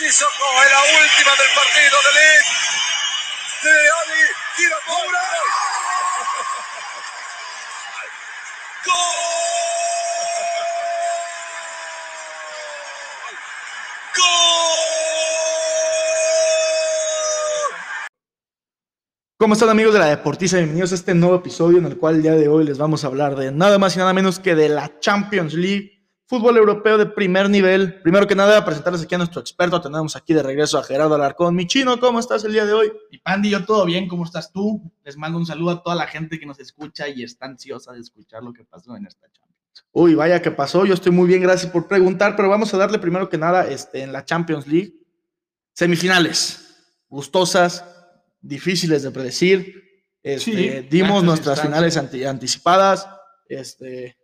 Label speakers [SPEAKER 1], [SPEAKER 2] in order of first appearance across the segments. [SPEAKER 1] y Soco en la última del partido de Leeds. De Ali, tira Moura. ¡Gol! ¡Gol!
[SPEAKER 2] ¿Cómo están amigos de la Deportiza? Bienvenidos a este nuevo episodio en el cual el día de hoy les vamos a hablar de nada más y nada menos que de la Champions League, fútbol europeo de primer nivel. Primero que nada, presentarles aquí a nuestro experto. Tenemos aquí de regreso a Gerardo Alarcón. Mi chino, ¿cómo estás el día de hoy?
[SPEAKER 3] Y Pandi, yo todo bien, ¿cómo estás tú? Les mando un saludo a toda la gente que nos escucha y está ansiosa de escuchar lo que pasó en esta Champions.
[SPEAKER 2] Uy, vaya que pasó. Yo estoy muy bien, gracias por preguntar, pero vamos a darle primero que nada este, en la Champions League. Semifinales, gustosas, difíciles de predecir. Este,
[SPEAKER 3] Sí,
[SPEAKER 2] dimos
[SPEAKER 3] altas
[SPEAKER 2] nuestras
[SPEAKER 3] instancias.
[SPEAKER 2] finales anti- anticipadas. Este,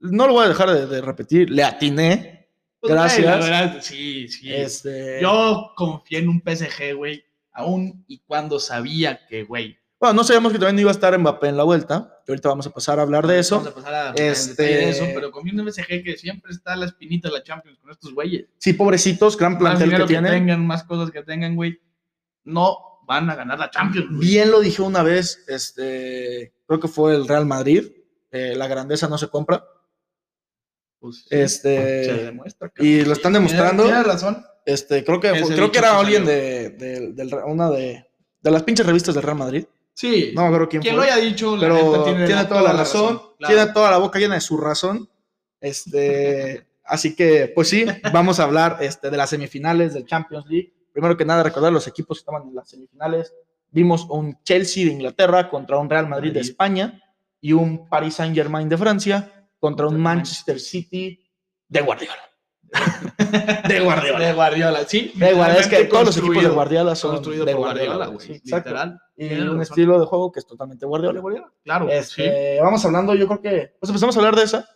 [SPEAKER 2] no lo voy a dejar de, de repetir, le atiné.
[SPEAKER 3] Pues, güey,
[SPEAKER 2] Gracias.
[SPEAKER 3] la verdad, sí, sí.
[SPEAKER 2] Este,
[SPEAKER 3] Yo confié en un PSG, güey, aún y cuando sabía que, güey.
[SPEAKER 2] Bueno, no sabíamos que también iba a estar Mbappé en la vuelta. que Ahorita vamos a pasar a hablar de eso.
[SPEAKER 3] Ah, Vamos a pasar a
[SPEAKER 2] Este-
[SPEAKER 3] en detalle de eso, pero confío en un PSG que siempre está a la espinita de la Champions con estos güeyes.
[SPEAKER 2] Sí, pobrecitos, gran
[SPEAKER 3] Más
[SPEAKER 2] plantel
[SPEAKER 3] dinero
[SPEAKER 2] que
[SPEAKER 3] que,
[SPEAKER 2] tienen.
[SPEAKER 3] tengan, más cosas que tengan, güey, no van a ganar la Champions. güey.
[SPEAKER 2] Bien lo dije una vez, este, creo que fue el Real Madrid. eh, la grandeza no se compra.
[SPEAKER 3] Pues, sí, se
[SPEAKER 2] Este,
[SPEAKER 3] demuestra.
[SPEAKER 2] y lo están demostrando.
[SPEAKER 3] Tienes razón.
[SPEAKER 2] este, creo que,
[SPEAKER 3] Ese
[SPEAKER 2] creo que
[SPEAKER 3] dicho
[SPEAKER 2] era
[SPEAKER 3] que
[SPEAKER 2] alguien
[SPEAKER 3] salió.
[SPEAKER 2] de, del- del- una de, de las pinches revistas del Real Madrid.
[SPEAKER 3] Sí.
[SPEAKER 2] No me acuerdo quién
[SPEAKER 3] Quien lo
[SPEAKER 2] fue.
[SPEAKER 3] haya dicho, la
[SPEAKER 2] pero
[SPEAKER 3] neta,
[SPEAKER 2] tiene,
[SPEAKER 3] la-
[SPEAKER 2] toda la razón,
[SPEAKER 3] claro.
[SPEAKER 2] tiene toda la boca llena de su razón. Este, así que, pues sí, vamos a hablar este, de las semifinales del Champions League. Primero que nada, recordar los equipos que estaban en las semifinales. Vimos un Chelsea de Inglaterra contra un Real Madrid, de
[SPEAKER 3] Madrid.
[SPEAKER 2] España y un Paris Saint Germain de Francia contra un
[SPEAKER 3] Contra
[SPEAKER 2] Manchester City de Guardiola. de Guardiola.
[SPEAKER 3] De Guardiola, sí.
[SPEAKER 2] De Guardiola, es que
[SPEAKER 3] literalmente
[SPEAKER 2] todos los equipos de
[SPEAKER 3] construido-
[SPEAKER 2] Guardiola son
[SPEAKER 3] Construido
[SPEAKER 2] de
[SPEAKER 3] por Guardiola,
[SPEAKER 2] güey.
[SPEAKER 3] güey.
[SPEAKER 2] Sí, exacto.
[SPEAKER 3] literal.
[SPEAKER 2] Y
[SPEAKER 3] Tiene
[SPEAKER 2] un
[SPEAKER 3] razón.
[SPEAKER 2] estilo de juego que es totalmente
[SPEAKER 3] ¿De
[SPEAKER 2] Guardiola.
[SPEAKER 3] Guardiola? Claro, sí.
[SPEAKER 2] Este, Vamos hablando, yo creo que. Pues empezamos a hablar de esa.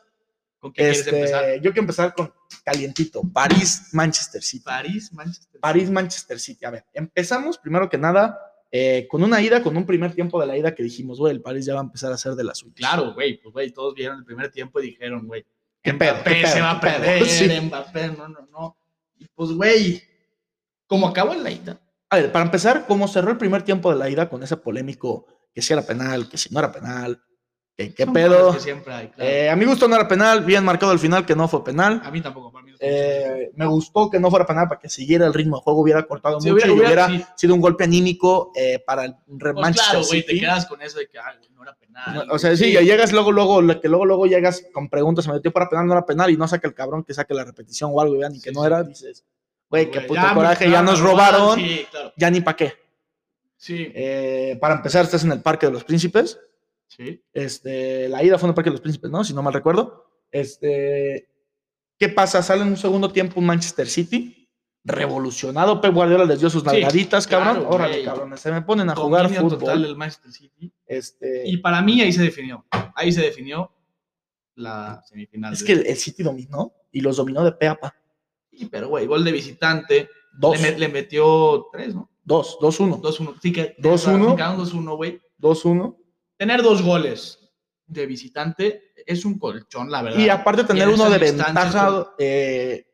[SPEAKER 3] ¿Con qué
[SPEAKER 2] Este,
[SPEAKER 3] quieres empezar?
[SPEAKER 2] Yo quiero empezar con calientito. París, Manchester City.
[SPEAKER 3] París, Manchester.
[SPEAKER 2] París, Manchester City. A ver, empezamos primero que nada eh, con una ida, con un primer tiempo de la ida que dijimos, güey, el París ya va a empezar a hacer de la suya.
[SPEAKER 3] Claro, güey, pues güey, todos vieron el primer tiempo y dijeron, güey,
[SPEAKER 2] ¿Qué pedo? ¿Qué
[SPEAKER 3] Mbappé
[SPEAKER 2] pedo?
[SPEAKER 3] se va a
[SPEAKER 2] ¿Qué pedo?
[SPEAKER 3] perder,
[SPEAKER 2] Sí.
[SPEAKER 3] Mbappé, no, no, no. Y pues güey, como acabó en la ida.
[SPEAKER 2] A ver, para empezar, cómo cerró el primer tiempo de la ida con ese polémico que si era penal, que si no era penal, que qué
[SPEAKER 3] Son
[SPEAKER 2] pedo.
[SPEAKER 3] cosas que siempre hay, claro.
[SPEAKER 2] Eh, a mi gusto no era penal, bien marcado al final que no fue penal.
[SPEAKER 3] a mí tampoco, para mí no
[SPEAKER 2] Eh, me gustó que no fuera penal para que siguiera el ritmo de juego, hubiera cortado
[SPEAKER 3] Sí,
[SPEAKER 2] mucho
[SPEAKER 3] hubiera-
[SPEAKER 2] y hubiera
[SPEAKER 3] hubiera- sí.
[SPEAKER 2] sido un golpe anímico eh, para el re-
[SPEAKER 3] Pues
[SPEAKER 2] Manchester
[SPEAKER 3] claro, güey, te
[SPEAKER 2] City.
[SPEAKER 3] quedas con eso de que, ay, güey, no era penal.
[SPEAKER 2] o sea, sí, ya llegas luego, luego, lo que luego, luego llegas con preguntas, se metió para penal, no era penal, y no saca el cabrón que saque la repetición o algo, y vean, y
[SPEAKER 3] Sí,
[SPEAKER 2] que no
[SPEAKER 3] sí.
[SPEAKER 2] era, dices, güey, qué
[SPEAKER 3] ya
[SPEAKER 2] puto
[SPEAKER 3] nos-
[SPEAKER 2] coraje, ya
[SPEAKER 3] claro,
[SPEAKER 2] nos robaron,
[SPEAKER 3] Sí, claro.
[SPEAKER 2] ya ni para qué.
[SPEAKER 3] Sí,
[SPEAKER 2] Eh, para empezar, estás en el Parque de los Príncipes,
[SPEAKER 3] sí.
[SPEAKER 2] este, la ida fue en el Parque de los Príncipes, ¿no? Si no mal recuerdo. Este, ¿Qué pasa? Sale en un segundo tiempo un Manchester City, revolucionado. Pep Guardiola les dio sus
[SPEAKER 3] Sí,
[SPEAKER 2] nalgaditas,
[SPEAKER 3] claro,
[SPEAKER 2] cabrón. Órale,
[SPEAKER 3] güey.
[SPEAKER 2] cabrón, se me ponen a jugar
[SPEAKER 3] Dominio
[SPEAKER 2] fútbol.
[SPEAKER 3] total del Manchester City.
[SPEAKER 2] Este,
[SPEAKER 3] Y para mí ahí se definió. Ahí se definió la semifinal.
[SPEAKER 2] es
[SPEAKER 3] de-
[SPEAKER 2] que el City dominó y los dominó de pe a pa.
[SPEAKER 3] Sí, pero güey, gol de visitante.
[SPEAKER 2] Dos,
[SPEAKER 3] Le, me- le metió 3, ¿no?
[SPEAKER 2] dos, dos, uno,
[SPEAKER 3] 2-1. Sí, que-
[SPEAKER 2] 2-1.
[SPEAKER 3] sí, quedaron 2-1, güey.
[SPEAKER 2] dos, uno.
[SPEAKER 3] Tener dos goles de visitante es un colchón, la verdad.
[SPEAKER 2] Y aparte tener
[SPEAKER 3] en
[SPEAKER 2] uno de
[SPEAKER 3] esas instancias, güey.
[SPEAKER 2] ventaja eh,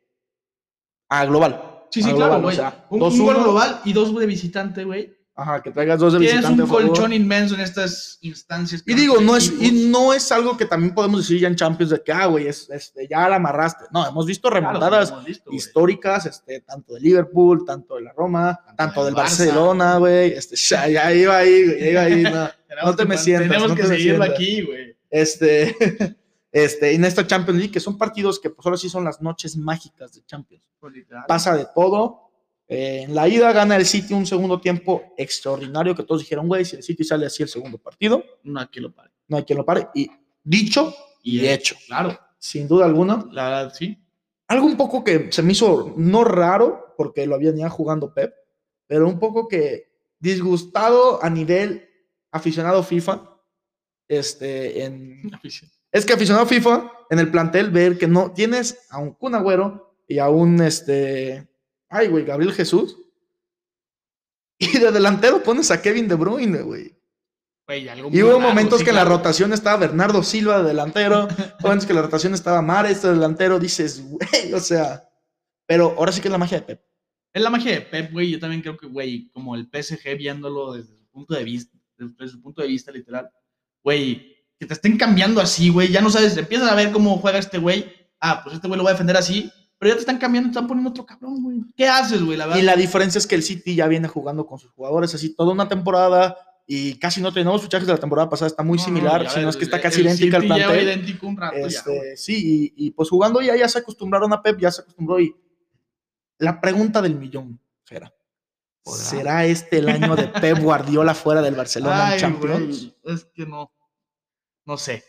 [SPEAKER 2] a global.
[SPEAKER 3] Sí, sí,
[SPEAKER 2] A
[SPEAKER 3] claro,
[SPEAKER 2] global,
[SPEAKER 3] güey.
[SPEAKER 2] o sea,
[SPEAKER 3] un, un
[SPEAKER 2] 2-1,
[SPEAKER 3] gol global y dos de visitante, güey.
[SPEAKER 2] Ajá, que traigas dos de
[SPEAKER 3] Tienes
[SPEAKER 2] visitante.
[SPEAKER 3] un
[SPEAKER 2] a favor.
[SPEAKER 3] colchón inmenso en estas instancias. que
[SPEAKER 2] Y digo,
[SPEAKER 3] otros
[SPEAKER 2] no es,
[SPEAKER 3] equipos-
[SPEAKER 2] y no es algo que también podemos decir ya en Champions de que, ah, güey, es, este, ya la amarraste. No, hemos visto
[SPEAKER 3] Claro,
[SPEAKER 2] remontadas
[SPEAKER 3] hemos visto, güey.
[SPEAKER 2] históricas, este, tanto de Liverpool, tanto de la Roma, tanto, del
[SPEAKER 3] del Barça.
[SPEAKER 2] Barcelona, güey. Este, ya, ya iba ahí, güey, ya iba ahí. no.
[SPEAKER 3] Tenemos
[SPEAKER 2] No te
[SPEAKER 3] que-
[SPEAKER 2] me sientas,
[SPEAKER 3] Tenemos
[SPEAKER 2] no
[SPEAKER 3] que
[SPEAKER 2] te me
[SPEAKER 3] seguirlo
[SPEAKER 2] sientas.
[SPEAKER 3] aquí, güey.
[SPEAKER 2] Este, este, en esta Champions League, que son partidos que pues ahora sí son las noches mágicas de Champions.
[SPEAKER 3] Pues, literal.
[SPEAKER 2] Pasa de todo. Eh, en la ida gana el City un segundo tiempo extraordinario que todos dijeron, güey, si el City sale así el segundo partido,
[SPEAKER 3] No, aquí lo pare.
[SPEAKER 2] no hay quien lo pare. Y dicho y
[SPEAKER 3] eh,
[SPEAKER 2] hecho,
[SPEAKER 3] Claro,
[SPEAKER 2] sin duda alguna.
[SPEAKER 3] la verdad, sí.
[SPEAKER 2] Algo un poco que se me hizo no raro, porque lo había ya jugando Pep, pero un poco que disgustado a nivel aficionado FIFA. Este, en, es que aficionado FIFA en el plantel ver que no tienes a un Kun Agüero y a un este, ay güey, Gabriel Jesús. Y de delantero pones a Kevin De Bruyne, güey.
[SPEAKER 3] Güey, algo muy
[SPEAKER 2] Y hubo
[SPEAKER 3] raro,
[SPEAKER 2] momentos
[SPEAKER 3] sí,
[SPEAKER 2] que en la
[SPEAKER 3] claro.
[SPEAKER 2] rotación estaba Bernardo Silva de delantero, momentos que en la este rotación estaba Mares de delantero, dices, güey, o sea, pero ahora sí que es la magia de Pep.
[SPEAKER 3] Es la magia de Pep, güey. Yo también creo que, güey, como el PSG viéndolo desde su punto de vista, desde su punto de vista literal, güey, que te estén cambiando así, güey. Ya no sabes, empiezas a ver cómo juega este güey. Ah, pues este güey lo va a defender así. Pero ya te están cambiando, te están poniendo otro cabrón, güey. ¿Qué haces, güey? La verdad.
[SPEAKER 2] Y la diferencia es que el City ya viene jugando con sus jugadores así toda una temporada y casi no tenemos fichajes de la temporada pasada, está muy
[SPEAKER 3] No, no,
[SPEAKER 2] similar,
[SPEAKER 3] ya
[SPEAKER 2] sino
[SPEAKER 3] ves,
[SPEAKER 2] es que está
[SPEAKER 3] el-
[SPEAKER 2] casi
[SPEAKER 3] el
[SPEAKER 2] idéntica al
[SPEAKER 3] City lleva
[SPEAKER 2] plantel.
[SPEAKER 3] idéntico un rato ya,
[SPEAKER 2] Este,
[SPEAKER 3] güey.
[SPEAKER 2] sí, y, y, pues jugando ya, ya se acostumbraron a Pep, ya se acostumbró. Y la pregunta del millón, será
[SPEAKER 3] ¿Podrá?
[SPEAKER 2] ¿será este el año de Pep Guardiola fuera del Barcelona en
[SPEAKER 3] Ay,
[SPEAKER 2] Champions?
[SPEAKER 3] güey, es que no. No sé.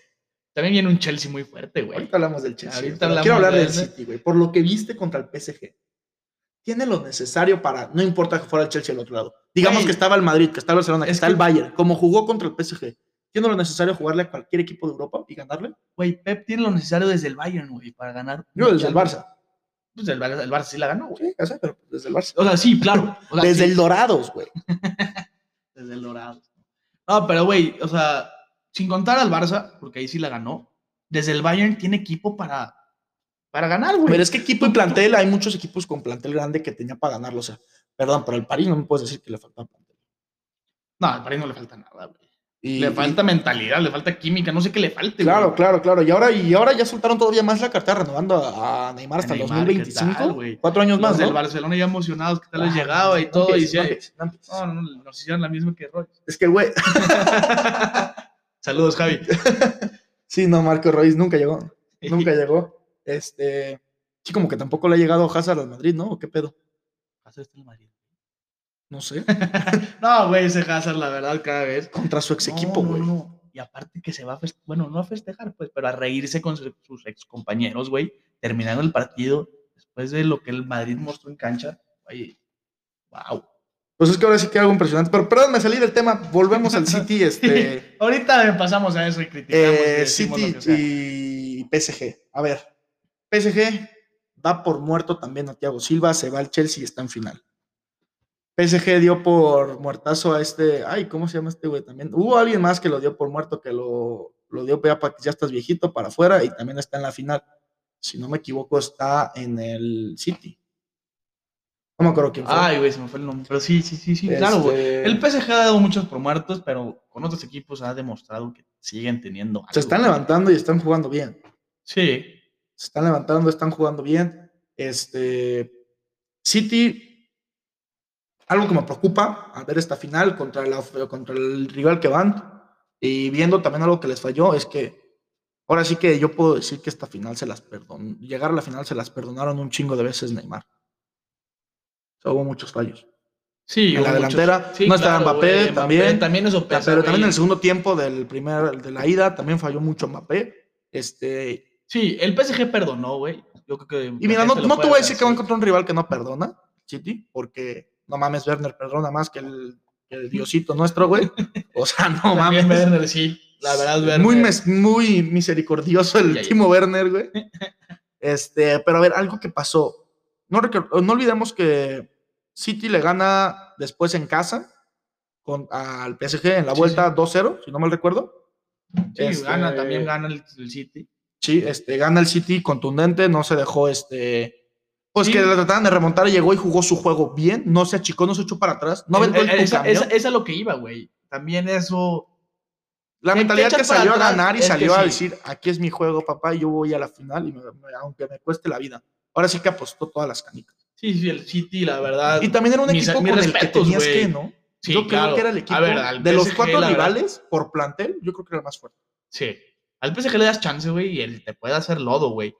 [SPEAKER 3] También viene un Chelsea muy fuerte, güey.
[SPEAKER 2] Ahorita hablamos del Chelsea.
[SPEAKER 3] Ahorita
[SPEAKER 2] pero
[SPEAKER 3] hablamos
[SPEAKER 2] quiero hablar
[SPEAKER 3] de ¿eh?
[SPEAKER 2] del
[SPEAKER 3] ese.
[SPEAKER 2] City, güey. Por lo que viste contra el PSG. Tiene lo necesario para. No importa que fuera el Chelsea al otro lado. Digamos
[SPEAKER 3] Güey.
[SPEAKER 2] que estaba el Madrid, que está el Barcelona, que
[SPEAKER 3] Es
[SPEAKER 2] está
[SPEAKER 3] que-
[SPEAKER 2] el Bayern. Como jugó contra el PSG. Tiene lo necesario jugarle a cualquier equipo de Europa y ganarle.
[SPEAKER 3] Güey, Pep tiene lo necesario desde el Bayern, güey, para ganar.
[SPEAKER 2] Yo desde el Barça.
[SPEAKER 3] Pues el, Bar- el Barça sí la ganó, güey.
[SPEAKER 2] Sí, ya sé, pero desde el Barça.
[SPEAKER 3] O sea, sí, claro. O sea,
[SPEAKER 2] Desde
[SPEAKER 3] sí,
[SPEAKER 2] el Dorados, güey.
[SPEAKER 3] desde el Dorado. No, pero güey, o sea, sin contar al Barça, porque ahí sí la ganó. Desde el Bayern tiene equipo para, para ganar, güey.
[SPEAKER 2] Pero es que equipo y plantel, hay muchos equipos con plantel grande que tenía para ganarlo. O sea, perdón, pero el París no me puedes decir que le falta plantel.
[SPEAKER 3] No, al Bayern no le falta nada, güey.
[SPEAKER 2] Y-
[SPEAKER 3] Le falta mentalidad, le falta química, no sé qué le falte,
[SPEAKER 2] Claro,
[SPEAKER 3] güey.
[SPEAKER 2] claro, claro. Y ahora, y ahora ya soltaron todavía más la cartera renovando a a Neymar hasta el
[SPEAKER 3] Neymar, ¿qué tal,
[SPEAKER 2] 2025.
[SPEAKER 3] güey?
[SPEAKER 2] cuatro años
[SPEAKER 3] Los
[SPEAKER 2] más,
[SPEAKER 3] del
[SPEAKER 2] ¿no?
[SPEAKER 3] Barcelona ya emocionados, que tal les
[SPEAKER 2] Ah,
[SPEAKER 3] llegaba y
[SPEAKER 2] no
[SPEAKER 3] todo. Y
[SPEAKER 2] empieces, no
[SPEAKER 3] decía,
[SPEAKER 2] empieces, no empieces.
[SPEAKER 3] no, no, no, nos hicieron la misma que Roy.
[SPEAKER 2] Es que, güey,
[SPEAKER 3] Saludos, Javi.
[SPEAKER 2] sí, no, Marco Ruiz nunca llegó. Nunca llegó. Este, sí, como que tampoco le ha llegado Hazard al Madrid, ¿no? ¿O qué pedo?
[SPEAKER 3] Hazard está en el Madrid.
[SPEAKER 2] No sé.
[SPEAKER 3] No, güey, ese Hazard, la verdad, cada vez.
[SPEAKER 2] Contra su ex
[SPEAKER 3] No,
[SPEAKER 2] equipo,
[SPEAKER 3] no,
[SPEAKER 2] güey.
[SPEAKER 3] no. Y aparte que se va a festejar, bueno, no a festejar, pues, pero a reírse con su- sus ex compañeros, güey, terminando el partido, después de lo que el Madrid mostró en cancha, güey, wow.
[SPEAKER 2] Pues es que ahora sí que algo impresionante. Pero perdón, me salí del tema. Volvemos al City, este.
[SPEAKER 3] Ahorita pasamos a eso y criticamos. y
[SPEAKER 2] Eh,
[SPEAKER 3] decimos lo
[SPEAKER 2] City
[SPEAKER 3] que sea.
[SPEAKER 2] y PSG. A ver, PSG da por muerto también a Thiago Silva, se va al Chelsea y está en final. PSG dio por muertazo a este, ay, ¿cómo se llama este güey también? Hubo alguien más que lo dio por muerto, que lo, lo dio ya para que ya estás viejito para afuera y también está en la final. Si no me equivoco, está en el City. No me acuerdo quién fue.
[SPEAKER 3] Ay, güey, se me fue el nombre. Pero sí, sí, Ah, sí, sí, claro, güey.
[SPEAKER 2] Este,
[SPEAKER 3] El PSG ha dado muchos por muertos, pero con otros equipos ha demostrado que siguen teniendo.
[SPEAKER 2] Se
[SPEAKER 3] algo,
[SPEAKER 2] están
[SPEAKER 3] güey.
[SPEAKER 2] levantando y están jugando bien.
[SPEAKER 3] Sí.
[SPEAKER 2] se están levantando, están jugando bien. Este City, algo que me preocupa al ver esta final contra, la, eh, contra el rival que van y viendo también algo que les falló es que ahora sí que yo puedo decir que esta final se las perdonó, llegar a la final se las perdonaron un chingo de veces Neymar. O sea, hubo muchos fallos.
[SPEAKER 3] Sí,
[SPEAKER 2] En
[SPEAKER 3] hubo
[SPEAKER 2] la
[SPEAKER 3] muchos-
[SPEAKER 2] delantera, no estaba Mbappé,
[SPEAKER 3] güey,
[SPEAKER 2] también.
[SPEAKER 3] También eso pesa,
[SPEAKER 2] pero también en
[SPEAKER 3] güey.
[SPEAKER 2] el segundo tiempo del primer, de la ida también falló mucho Mbappé. Este,
[SPEAKER 3] Sí, el PSG perdonó, güey. Yo creo que.
[SPEAKER 2] Y mira, no, no te voy a decir que van
[SPEAKER 3] con.
[SPEAKER 2] contra un rival que no perdona, City, porque no mames, Werner perdona más que el, que el diosito nuestro, güey. O sea, no mames.
[SPEAKER 3] También Werner, sí. La verdad, Werner.
[SPEAKER 2] Muy, mes- muy misericordioso el
[SPEAKER 3] Ya, ya.
[SPEAKER 2] Timo Werner, güey. Este, pero a ver, algo que pasó. No, recor- no olvidemos que City le gana después en casa con, al PSG en la
[SPEAKER 3] Sí,
[SPEAKER 2] vuelta 2-0, si no mal recuerdo.
[SPEAKER 3] Sí, gana,
[SPEAKER 2] este-
[SPEAKER 3] también gana el, el City.
[SPEAKER 2] Sí, este, gana el City contundente, no se dejó este. Pues
[SPEAKER 3] Sí.
[SPEAKER 2] que le trataban de remontar, llegó y jugó su juego bien, no se achicó, no se echó para atrás, no aventó el,
[SPEAKER 3] Eh, esa,
[SPEAKER 2] cambio.
[SPEAKER 3] esa, esa es lo que iba, güey. También eso.
[SPEAKER 2] la
[SPEAKER 3] te
[SPEAKER 2] mentalidad
[SPEAKER 3] echas
[SPEAKER 2] que
[SPEAKER 3] para
[SPEAKER 2] salió a
[SPEAKER 3] atrás,
[SPEAKER 2] ganar y
[SPEAKER 3] es que
[SPEAKER 2] salió a
[SPEAKER 3] sí.
[SPEAKER 2] decir: aquí es mi juego, papá, yo voy a la final, y me- me- aunque me cueste la vida. Ahora sí que apostó todas las canicas.
[SPEAKER 3] Sí, sí, el City, la verdad.
[SPEAKER 2] Y también era un
[SPEAKER 3] mis-
[SPEAKER 2] equipo
[SPEAKER 3] mis
[SPEAKER 2] con el que
[SPEAKER 3] respetos,
[SPEAKER 2] tenías
[SPEAKER 3] güey.
[SPEAKER 2] que, ¿no?
[SPEAKER 3] sí,
[SPEAKER 2] yo creo
[SPEAKER 3] claro.
[SPEAKER 2] que era el
[SPEAKER 3] A
[SPEAKER 2] equipo
[SPEAKER 3] ver, al
[SPEAKER 2] de los
[SPEAKER 3] PSG,
[SPEAKER 2] cuatro
[SPEAKER 3] la verdad,
[SPEAKER 2] rivales por plantel, yo creo que era el más fuerte.
[SPEAKER 3] Sí. Al PSG le das chance, güey, y él te puede hacer lodo, güey.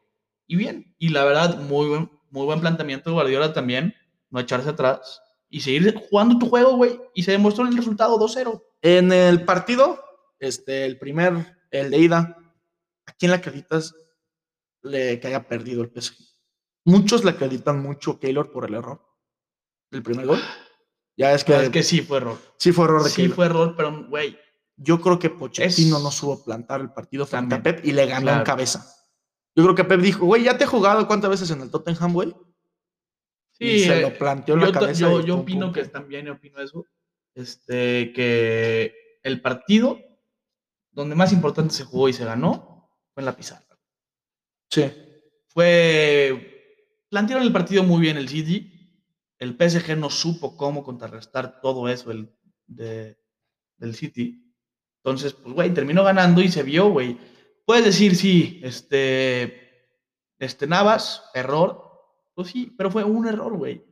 [SPEAKER 3] Y bien. Y la verdad, muy buen, muy buen planteamiento de Guardiola también. No echarse atrás. Y seguir jugando tu juego, güey. Y se demostró en el resultado 2-0.
[SPEAKER 2] En el partido, este, el primer, el de ida, ¿a quién le acreditas le, que haya perdido el PSG? Muchos le acreditan mucho a Keylor por el error del primer gol. Ya es que,
[SPEAKER 3] Ah, Es que sí fue error.
[SPEAKER 2] sí fue error de
[SPEAKER 3] Sí
[SPEAKER 2] Keylor.
[SPEAKER 3] fue error, pero, güey,
[SPEAKER 2] Yo creo que Pochettino
[SPEAKER 3] Es-
[SPEAKER 2] no supo plantar el partido frente
[SPEAKER 3] También,
[SPEAKER 2] a Pep y le ganó
[SPEAKER 3] claro.
[SPEAKER 2] en cabeza. Yo creo que Pep dijo, güey, ya te he jugado cuántas veces en el Tottenham, güey. y
[SPEAKER 3] Sí,
[SPEAKER 2] se
[SPEAKER 3] eh,
[SPEAKER 2] lo planteó
[SPEAKER 3] yo,
[SPEAKER 2] en la
[SPEAKER 3] ta-
[SPEAKER 2] cabeza.
[SPEAKER 3] yo-
[SPEAKER 2] y
[SPEAKER 3] yo
[SPEAKER 2] pum,
[SPEAKER 3] opino
[SPEAKER 2] pum,
[SPEAKER 3] que
[SPEAKER 2] pum.
[SPEAKER 3] también opino eso. Este, que el partido donde más importante se jugó y se ganó fue en la pizarra.
[SPEAKER 2] Sí.
[SPEAKER 3] Fue. Plantearon el partido muy bien el City. el PSG no supo cómo contrarrestar todo eso del, de- del City. Entonces, pues, güey, terminó ganando y se vio, güey. Puedes decir, sí, este, este Navas, error. Pues sí, pero fue un error, güey.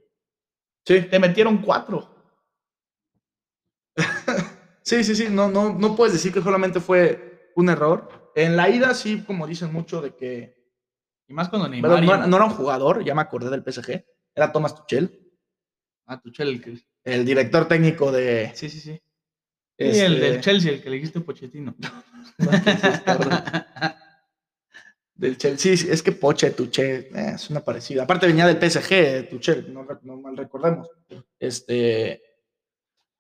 [SPEAKER 2] Sí.
[SPEAKER 3] Te metieron cuatro.
[SPEAKER 2] Sí, sí, sí, no, no, no puedes decir que solamente fue un error. En la ida sí, como dicen mucho, de que
[SPEAKER 3] Y más cuando
[SPEAKER 2] pero
[SPEAKER 3] Neymar...
[SPEAKER 2] no,
[SPEAKER 3] y-
[SPEAKER 2] no era un jugador, ya me acordé del PSG, era Thomas Tuchel,
[SPEAKER 3] Ah, tu Chel, el que-
[SPEAKER 2] el director técnico de...
[SPEAKER 3] Sí, sí, sí. Y
[SPEAKER 2] este,
[SPEAKER 3] el del Chelsea, el que le dijiste Pochettino.
[SPEAKER 2] del Chelsea, sí, es que Poche, Tuchel, eh, es una parecida. Aparte venía del PSG, Tuchel, no, re- no mal recordemos. Este,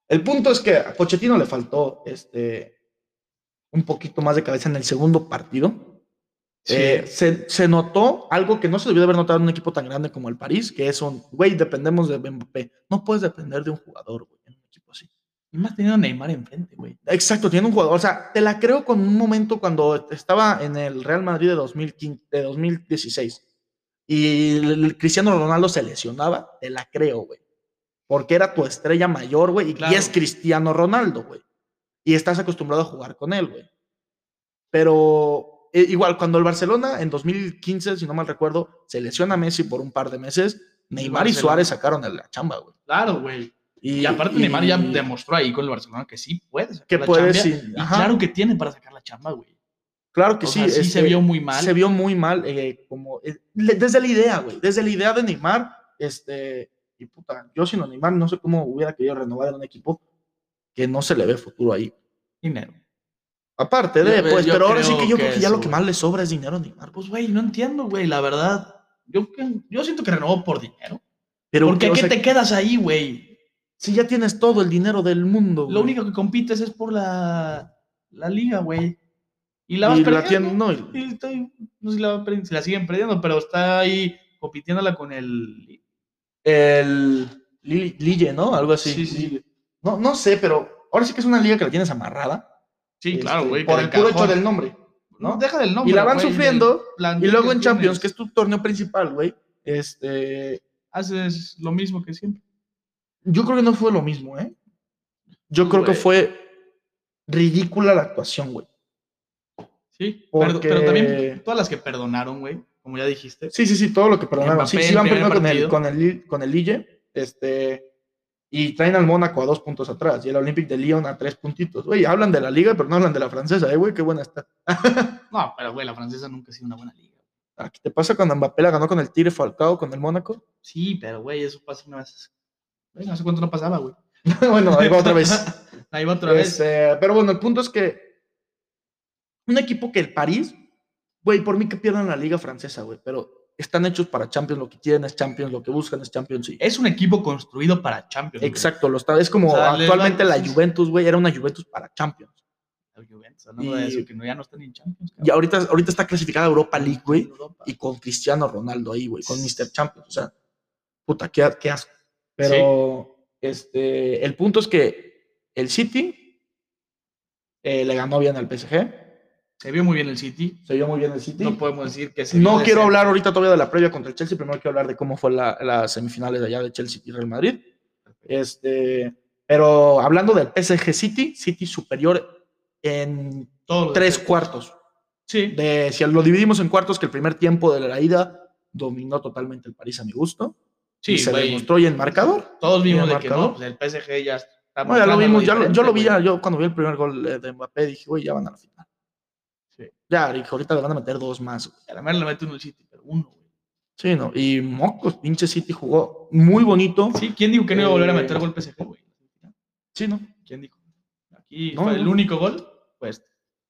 [SPEAKER 2] el punto es que a Pochettino le faltó este, un poquito más de cabeza en el segundo partido.
[SPEAKER 3] Sí.
[SPEAKER 2] Eh, se, se notó algo que no se debió de haber notado en un equipo tan grande como el París, que es un, güey, dependemos de Mbappé. No puedes depender de un jugador, güey, en un equipo así.
[SPEAKER 3] y más teniendo a Neymar enfrente, güey.
[SPEAKER 2] Exacto, tiene un jugador. O sea, te la creo con un momento cuando estaba en el Real Madrid de, 2015, de 2016 y el, el Cristiano Ronaldo se lesionaba, te la creo, güey. Porque era tu estrella mayor, güey, y, y
[SPEAKER 3] Claro.
[SPEAKER 2] es Cristiano Ronaldo, güey. Y estás acostumbrado a jugar con él, güey. Pero eh, igual, cuando el Barcelona en 2015, si no mal recuerdo, se lesiona a Messi por un par de meses, Neymar y
[SPEAKER 3] Barcelona.
[SPEAKER 2] Suárez sacaron a la chamba, güey.
[SPEAKER 3] Claro, güey. Y aparte Neymar ya demostró ahí con el Barcelona que sí puede sacar
[SPEAKER 2] que
[SPEAKER 3] la
[SPEAKER 2] puede
[SPEAKER 3] chamba.
[SPEAKER 2] sin-
[SPEAKER 3] Y
[SPEAKER 2] ajá.
[SPEAKER 3] claro que tiene para sacar la chamba, güey.
[SPEAKER 2] Claro que
[SPEAKER 3] o
[SPEAKER 2] sí.
[SPEAKER 3] sea, sí se
[SPEAKER 2] este,
[SPEAKER 3] vio muy mal.
[SPEAKER 2] Se vio muy mal, eh, como eh, le- desde la idea, güey, desde la idea de Neymar, este, y puta, yo sin Neymar no sé cómo hubiera querido renovar en un equipo que no se le ve futuro ahí.
[SPEAKER 3] dinero.
[SPEAKER 2] Aparte de,
[SPEAKER 3] Yo-
[SPEAKER 2] pues,
[SPEAKER 3] yo
[SPEAKER 2] pero ahora sí
[SPEAKER 3] creo
[SPEAKER 2] que yo creo
[SPEAKER 3] que
[SPEAKER 2] que ya
[SPEAKER 3] eso,
[SPEAKER 2] lo que
[SPEAKER 3] güey.
[SPEAKER 2] más le sobra es dinero a Neymar.
[SPEAKER 3] Pues, güey, no entiendo, güey, la verdad. Yo, que- yo siento que renovó por dinero.
[SPEAKER 2] Pero
[SPEAKER 3] Porque
[SPEAKER 2] que,
[SPEAKER 3] ¿a
[SPEAKER 2] o
[SPEAKER 3] qué
[SPEAKER 2] sea,
[SPEAKER 3] te quedas ahí, güey?
[SPEAKER 2] si ya tienes todo el dinero del mundo,
[SPEAKER 3] Lo
[SPEAKER 2] güey,
[SPEAKER 3] único que compites es por la, la liga, güey. Y la vas
[SPEAKER 2] y la
[SPEAKER 3] perdiendo.
[SPEAKER 2] tienes, no, y-
[SPEAKER 3] Y estoy- no sé si la, van perdiendo, si la siguen perdiendo, pero está ahí compitiéndola con el...
[SPEAKER 2] el Lille, Lille, ¿no? Algo así.
[SPEAKER 3] Sí, sí.
[SPEAKER 2] No, no sé, pero ahora sí que es una liga que la tienes amarrada.
[SPEAKER 3] Sí,
[SPEAKER 2] este,
[SPEAKER 3] claro, güey.
[SPEAKER 2] Por
[SPEAKER 3] que
[SPEAKER 2] el
[SPEAKER 3] de
[SPEAKER 2] puro hecho
[SPEAKER 3] cajón.
[SPEAKER 2] del nombre. ¿no?
[SPEAKER 3] No, deja del nombre.
[SPEAKER 2] y la van
[SPEAKER 3] güey, del
[SPEAKER 2] sufriendo.
[SPEAKER 3] plantel
[SPEAKER 2] Y luego
[SPEAKER 3] que
[SPEAKER 2] en Champions, que
[SPEAKER 3] tienes.
[SPEAKER 2] es tu torneo principal, güey, este,
[SPEAKER 3] Haces lo mismo que siempre.
[SPEAKER 2] yo creo que no fue lo mismo, ¿eh? Yo
[SPEAKER 3] Sí,
[SPEAKER 2] creo que
[SPEAKER 3] güey.
[SPEAKER 2] fue ridícula la actuación, güey.
[SPEAKER 3] Sí. Pero- Pero,
[SPEAKER 2] Porque-
[SPEAKER 3] también todas las que perdonaron, güey. Como ya dijiste.
[SPEAKER 2] Sí, sí, sí, todo lo que perdonaron.
[SPEAKER 3] Mbappé,
[SPEAKER 2] Sí, sí,
[SPEAKER 3] el
[SPEAKER 2] van
[SPEAKER 3] primer
[SPEAKER 2] perdiendo con el,
[SPEAKER 3] partido.
[SPEAKER 2] con, el, Lille- con el Lille, este, y traen al Mónaco a dos puntos atrás, y el Olympic de Lyon a tres puntitos. Güey, hablan de la liga, pero no hablan de la francesa, ¿eh, güey? Qué buena está.
[SPEAKER 3] No, pero güey, la francesa nunca ha sido una buena liga.
[SPEAKER 2] Ah, ¿Qué te pasa cuando Mbappé la ganó con el Tigre Falcao, con el Mónaco?
[SPEAKER 3] Sí, pero güey, eso pasa una vez. Güey, no sé cuánto no pasaba, güey.
[SPEAKER 2] bueno, ahí va otra vez.
[SPEAKER 3] Ahí va otra vez.
[SPEAKER 2] Este, pero bueno, el punto es que un equipo que el París, güey, por mí que pierdan la liga francesa, güey, pero están hechos para Champions, lo que quieren es Champions, lo que buscan es Champions. sí.
[SPEAKER 3] Es un equipo construido para Champions. güey.
[SPEAKER 2] Exacto, lo está, es como
[SPEAKER 3] O sea, les
[SPEAKER 2] actualmente
[SPEAKER 3] van-
[SPEAKER 2] la
[SPEAKER 3] sí, sí.
[SPEAKER 2] Juventus, güey, era una Juventus para Champions.
[SPEAKER 3] La Juventus, hablando de
[SPEAKER 2] Y-
[SPEAKER 3] eso, que no, ya no están en Champions.
[SPEAKER 2] Y ahorita, ahorita está clasificada a Europa League, güey,
[SPEAKER 3] Europa.
[SPEAKER 2] y con Cristiano Ronaldo ahí, güey, con Mr. Champions, o sea, puta, qué, qué asco. Pero este, el punto es que el City eh, le ganó bien al PSG,
[SPEAKER 3] Se vio muy bien el City.
[SPEAKER 2] se vio muy bien el City.
[SPEAKER 3] No podemos decir que se vio
[SPEAKER 2] No
[SPEAKER 3] de
[SPEAKER 2] quiero
[SPEAKER 3] ser-
[SPEAKER 2] hablar ahorita todavía de la previa contra el Chelsea, primero quiero hablar de cómo fue la, las semifinales de allá de Chelsea y Real Madrid. Este, pero hablando del PSG City, City superior en
[SPEAKER 3] todos los
[SPEAKER 2] tres
[SPEAKER 3] aspectos.
[SPEAKER 2] cuartos.
[SPEAKER 3] Sí.
[SPEAKER 2] De, si lo dividimos en cuartos, que el primer tiempo de la ida dominó totalmente el París a mi gusto. y
[SPEAKER 3] Sí,
[SPEAKER 2] se
[SPEAKER 3] güey.
[SPEAKER 2] demostró y en marcador.
[SPEAKER 3] Todos vimos
[SPEAKER 2] Mira,
[SPEAKER 3] de que no,
[SPEAKER 2] marcador.
[SPEAKER 3] pues el PSG ya está.
[SPEAKER 2] No, ya lo
[SPEAKER 3] mostrando
[SPEAKER 2] vimos, ya lo- yo lo vi,
[SPEAKER 3] diferente,
[SPEAKER 2] ya, yo cuando vi el primer gol eh, de Mbappé dije, güey, ya van a la final.
[SPEAKER 3] Sí.
[SPEAKER 2] Ya, dije, ahorita le van a meter dos más. güey.
[SPEAKER 3] güey. A la madre le mete uno el City, pero uno, güey.
[SPEAKER 2] Sí, no, y mocos, pinche City jugó muy bonito.
[SPEAKER 3] Sí, ¿quién dijo que no iba a volver a
[SPEAKER 2] Eh,
[SPEAKER 3] meter gol PSG, güey?
[SPEAKER 2] Sí, no.
[SPEAKER 3] ¿Quién dijo? Aquí
[SPEAKER 2] No,
[SPEAKER 3] fue el
[SPEAKER 2] no.
[SPEAKER 3] único gol, pues.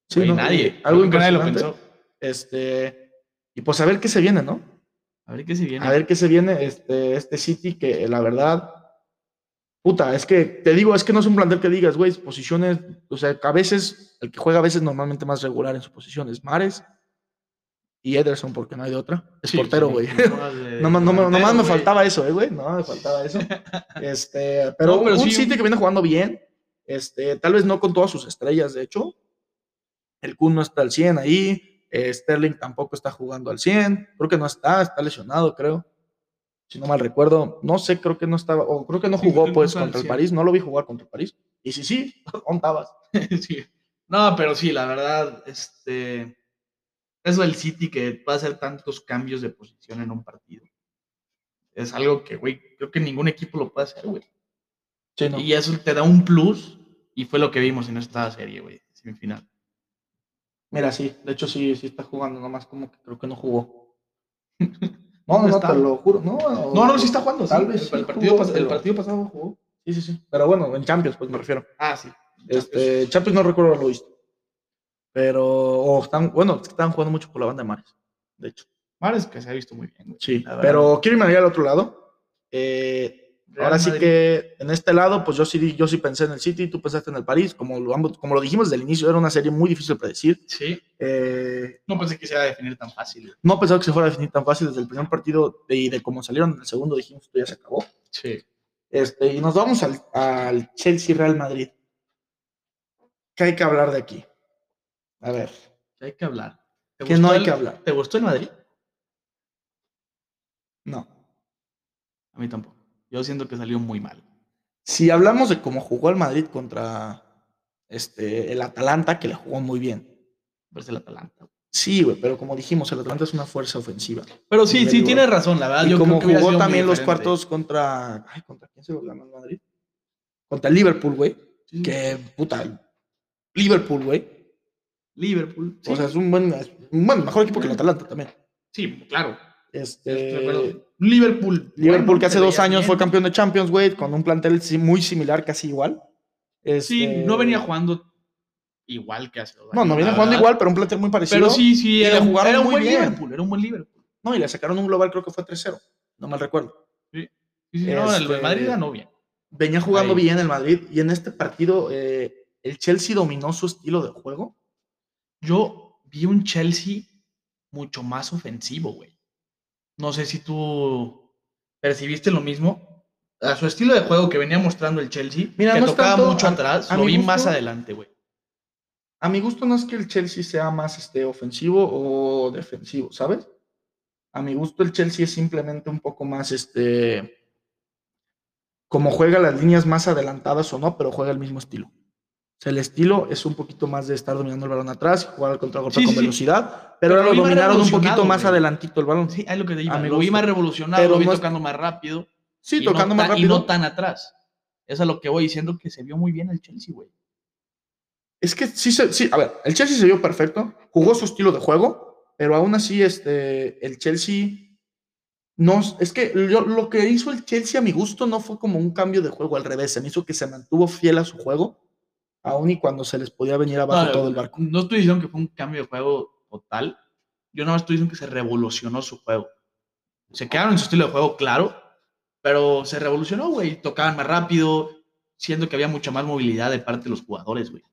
[SPEAKER 2] Sí,
[SPEAKER 3] güey,
[SPEAKER 2] no,
[SPEAKER 3] nadie.
[SPEAKER 2] y Algo
[SPEAKER 3] Creo que nadie lo
[SPEAKER 2] impresionante.
[SPEAKER 3] pensó.
[SPEAKER 2] Este, y pues a ver qué se viene, ¿no?
[SPEAKER 3] A ver qué se viene.
[SPEAKER 2] A ver qué se viene este, este City, que la verdad, puta, es que te digo, es que no es un plantel que digas, güey, posiciones, o sea, que a veces, el que juega a veces normalmente más regular en su posición es Mares y Ederson, porque no hay de otra. Es
[SPEAKER 3] Sí,
[SPEAKER 2] portero,
[SPEAKER 3] sí,
[SPEAKER 2] güey.
[SPEAKER 3] sí, juegas de-
[SPEAKER 2] Nomás, no, me-
[SPEAKER 3] delantero,
[SPEAKER 2] nomás me
[SPEAKER 3] güey.
[SPEAKER 2] faltaba eso, eh, güey. No me faltaba eso. Este, pero,
[SPEAKER 3] No, pero
[SPEAKER 2] un
[SPEAKER 3] sí,
[SPEAKER 2] City
[SPEAKER 3] un-
[SPEAKER 2] que viene jugando bien. Este, tal vez no con todas sus estrellas, de hecho. El Kun no está al 100 ahí. eh, Sterling tampoco está jugando al 100. Creo que no está, está lesionado, creo. si no mal recuerdo. No sé, creo que no estaba, o creo que no
[SPEAKER 3] Sí, creo
[SPEAKER 2] jugó
[SPEAKER 3] que no
[SPEAKER 2] pues
[SPEAKER 3] estaba,
[SPEAKER 2] contra el
[SPEAKER 3] sí.
[SPEAKER 2] París, no lo vi jugar contra el París. Y si sí, contabas.
[SPEAKER 3] Sí. No, pero sí, la verdad, este. Eso del City que va a hacer tantos cambios de posición en un partido. Es algo que, güey, creo que ningún equipo lo puede hacer, güey.
[SPEAKER 2] Sí, no.
[SPEAKER 3] Y eso te da un plus. Y fue lo que vimos en esta serie, güey, semifinal.
[SPEAKER 2] Mira, sí, de hecho sí, sí está jugando, nomás como que creo que no jugó. No, no,
[SPEAKER 3] ¿Dónde
[SPEAKER 2] no,
[SPEAKER 3] está?
[SPEAKER 2] te lo juro. No,
[SPEAKER 3] No, no, sí está jugando. sí.
[SPEAKER 2] Tal vez
[SPEAKER 3] El,
[SPEAKER 2] sí
[SPEAKER 3] el partido,
[SPEAKER 2] jugó,
[SPEAKER 3] pas- el
[SPEAKER 2] pero-
[SPEAKER 3] partido pasado jugó.
[SPEAKER 2] Sí, sí, sí. Pero bueno, en Champions, pues me refiero.
[SPEAKER 3] Ah, sí.
[SPEAKER 2] Este, Champions no recuerdo haberlo visto. Pero, o están, bueno, es que están jugando mucho por la banda de Mares, de hecho.
[SPEAKER 3] Mares que se ha visto muy bien, güey.
[SPEAKER 2] Sí,
[SPEAKER 3] la verdad.
[SPEAKER 2] pero quiero irme al otro lado. Eh,
[SPEAKER 3] Real
[SPEAKER 2] ahora sí
[SPEAKER 3] Madrid.
[SPEAKER 2] que en este lado, pues yo sí, di- yo sí pensé en el City, tú pensaste en el París, como lo, ambos- como lo dijimos desde el inicio, era una serie muy difícil de predecir.
[SPEAKER 3] Sí.
[SPEAKER 2] Eh,
[SPEAKER 3] No pensé que se iba a definir tan fácil. güey.
[SPEAKER 2] no pensaba que se fuera a definir tan fácil desde el primer partido de- y de cómo salieron en el segundo, dijimos que ya se acabó.
[SPEAKER 3] Sí.
[SPEAKER 2] Este, y nos vamos al, al Chelsea Real Madrid. ¿Qué hay que hablar de aquí? A ver,
[SPEAKER 3] Que hay que hablar. ¿Te
[SPEAKER 2] que
[SPEAKER 3] gustó
[SPEAKER 2] no hay
[SPEAKER 3] el-
[SPEAKER 2] que hablar.
[SPEAKER 3] ¿Te gustó el Madrid?
[SPEAKER 2] No.
[SPEAKER 3] A mí tampoco. Yo siento que salió muy mal.
[SPEAKER 2] Si hablamos de cómo jugó el Madrid contra este, el Atalanta, que le jugó muy bien.
[SPEAKER 3] Verse el Atalanta.
[SPEAKER 2] Sí, güey, pero como dijimos, el Atalanta es una fuerza ofensiva.
[SPEAKER 3] Pero sí,
[SPEAKER 2] Nivel
[SPEAKER 3] sí,
[SPEAKER 2] igual.
[SPEAKER 3] tienes razón, la verdad.
[SPEAKER 2] y
[SPEAKER 3] Ah, yo
[SPEAKER 2] como
[SPEAKER 3] creo que hubiera
[SPEAKER 2] jugó
[SPEAKER 3] sido muy
[SPEAKER 2] también los
[SPEAKER 3] diferente.
[SPEAKER 2] cuartos contra. Ay, ¿contra quién se lo ganó el Madrid? Contra el Liverpool, güey.
[SPEAKER 3] Sí.
[SPEAKER 2] Que puta. Liverpool, güey.
[SPEAKER 3] Liverpool. Sí,
[SPEAKER 2] O sea, es un buen. es un buen- mejor equipo que el Atalanta también.
[SPEAKER 3] sí, claro. estoy de
[SPEAKER 2] Este.
[SPEAKER 3] acuerdo. Liverpool.
[SPEAKER 2] Liverpool,
[SPEAKER 3] bueno,
[SPEAKER 2] que hace
[SPEAKER 3] se
[SPEAKER 2] dos
[SPEAKER 3] veía
[SPEAKER 2] años
[SPEAKER 3] bien.
[SPEAKER 2] fue campeón de Champions, güey, con un plantel sí- muy similar, casi igual.
[SPEAKER 3] Sí,
[SPEAKER 2] Este,
[SPEAKER 3] no venía jugando igual que hace dos
[SPEAKER 2] No,
[SPEAKER 3] años,
[SPEAKER 2] no venía
[SPEAKER 3] la
[SPEAKER 2] jugando
[SPEAKER 3] verdad.
[SPEAKER 2] igual, pero un plantel muy parecido.
[SPEAKER 3] Pero sí, sí,
[SPEAKER 2] le
[SPEAKER 3] era, un-
[SPEAKER 2] jugaron
[SPEAKER 3] era un
[SPEAKER 2] muy
[SPEAKER 3] buen
[SPEAKER 2] bien.
[SPEAKER 3] Liverpool. Era un buen Liverpool.
[SPEAKER 2] No, y le sacaron un global, creo que fue 3-0. No mal recuerdo.
[SPEAKER 3] Sí, sí, no, el
[SPEAKER 2] Este-
[SPEAKER 3] Madrid ganó bien.
[SPEAKER 2] venía jugando
[SPEAKER 3] Ahí.
[SPEAKER 2] bien el Madrid y en este partido eh, el Chelsea dominó su estilo de juego.
[SPEAKER 3] Yo vi un Chelsea mucho más ofensivo, güey. No sé si tú percibiste lo mismo. A su estilo de juego que venía mostrando el Chelsea,
[SPEAKER 2] Mira,
[SPEAKER 3] que
[SPEAKER 2] no es
[SPEAKER 3] tocaba
[SPEAKER 2] tanto-
[SPEAKER 3] mucho
[SPEAKER 2] a-
[SPEAKER 3] atrás,
[SPEAKER 2] a
[SPEAKER 3] lo
[SPEAKER 2] mi
[SPEAKER 3] vi más
[SPEAKER 2] gusto-
[SPEAKER 3] adelante, güey.
[SPEAKER 2] A mi gusto no es que el Chelsea sea más este, ofensivo o defensivo, ¿sabes? A mi gusto el Chelsea es simplemente un poco más, este, como juega las líneas más adelantadas o no, pero juega el mismo estilo. O sea, el estilo es un poquito más de estar dominando el balón atrás, jugar al contragolpe
[SPEAKER 3] Sí,
[SPEAKER 2] con
[SPEAKER 3] sí, sí.
[SPEAKER 2] velocidad, pero
[SPEAKER 3] Pero
[SPEAKER 2] ahora
[SPEAKER 3] lo
[SPEAKER 2] lo
[SPEAKER 3] iba
[SPEAKER 2] dominaron un poquito
[SPEAKER 3] revolucionado,
[SPEAKER 2] más
[SPEAKER 3] güey.
[SPEAKER 2] adelantito el balón.
[SPEAKER 3] Sí, es lo que te digo.
[SPEAKER 2] A mi
[SPEAKER 3] Lo vi
[SPEAKER 2] gusto.
[SPEAKER 3] más revolucionado,
[SPEAKER 2] Pero
[SPEAKER 3] lo vi
[SPEAKER 2] no es-
[SPEAKER 3] tocando más rápido.
[SPEAKER 2] Sí,
[SPEAKER 3] y no
[SPEAKER 2] tocando más
[SPEAKER 3] tan-
[SPEAKER 2] rápido.
[SPEAKER 3] Y no tan atrás. Es a lo que voy diciendo que se vio muy bien el Chelsea, güey.
[SPEAKER 2] Es que sí, se- sí, a ver, el Chelsea se vio perfecto, jugó su estilo de juego, pero aún así este, el Chelsea no, es que yo- lo que hizo el Chelsea a mi gusto no fue como un cambio de juego, al revés, se me hizo que se mantuvo fiel a su juego, aún y cuando se les podía venir abajo
[SPEAKER 3] No,
[SPEAKER 2] todo el barco.
[SPEAKER 3] No estoy diciendo que fue un cambio de juego total. Yo nada más estoy diciendo que se revolucionó su juego. Se quedaron en su estilo de juego, claro, pero se revolucionó, güey. Tocaban más rápido, siendo que había mucha más movilidad de parte de los jugadores, güey.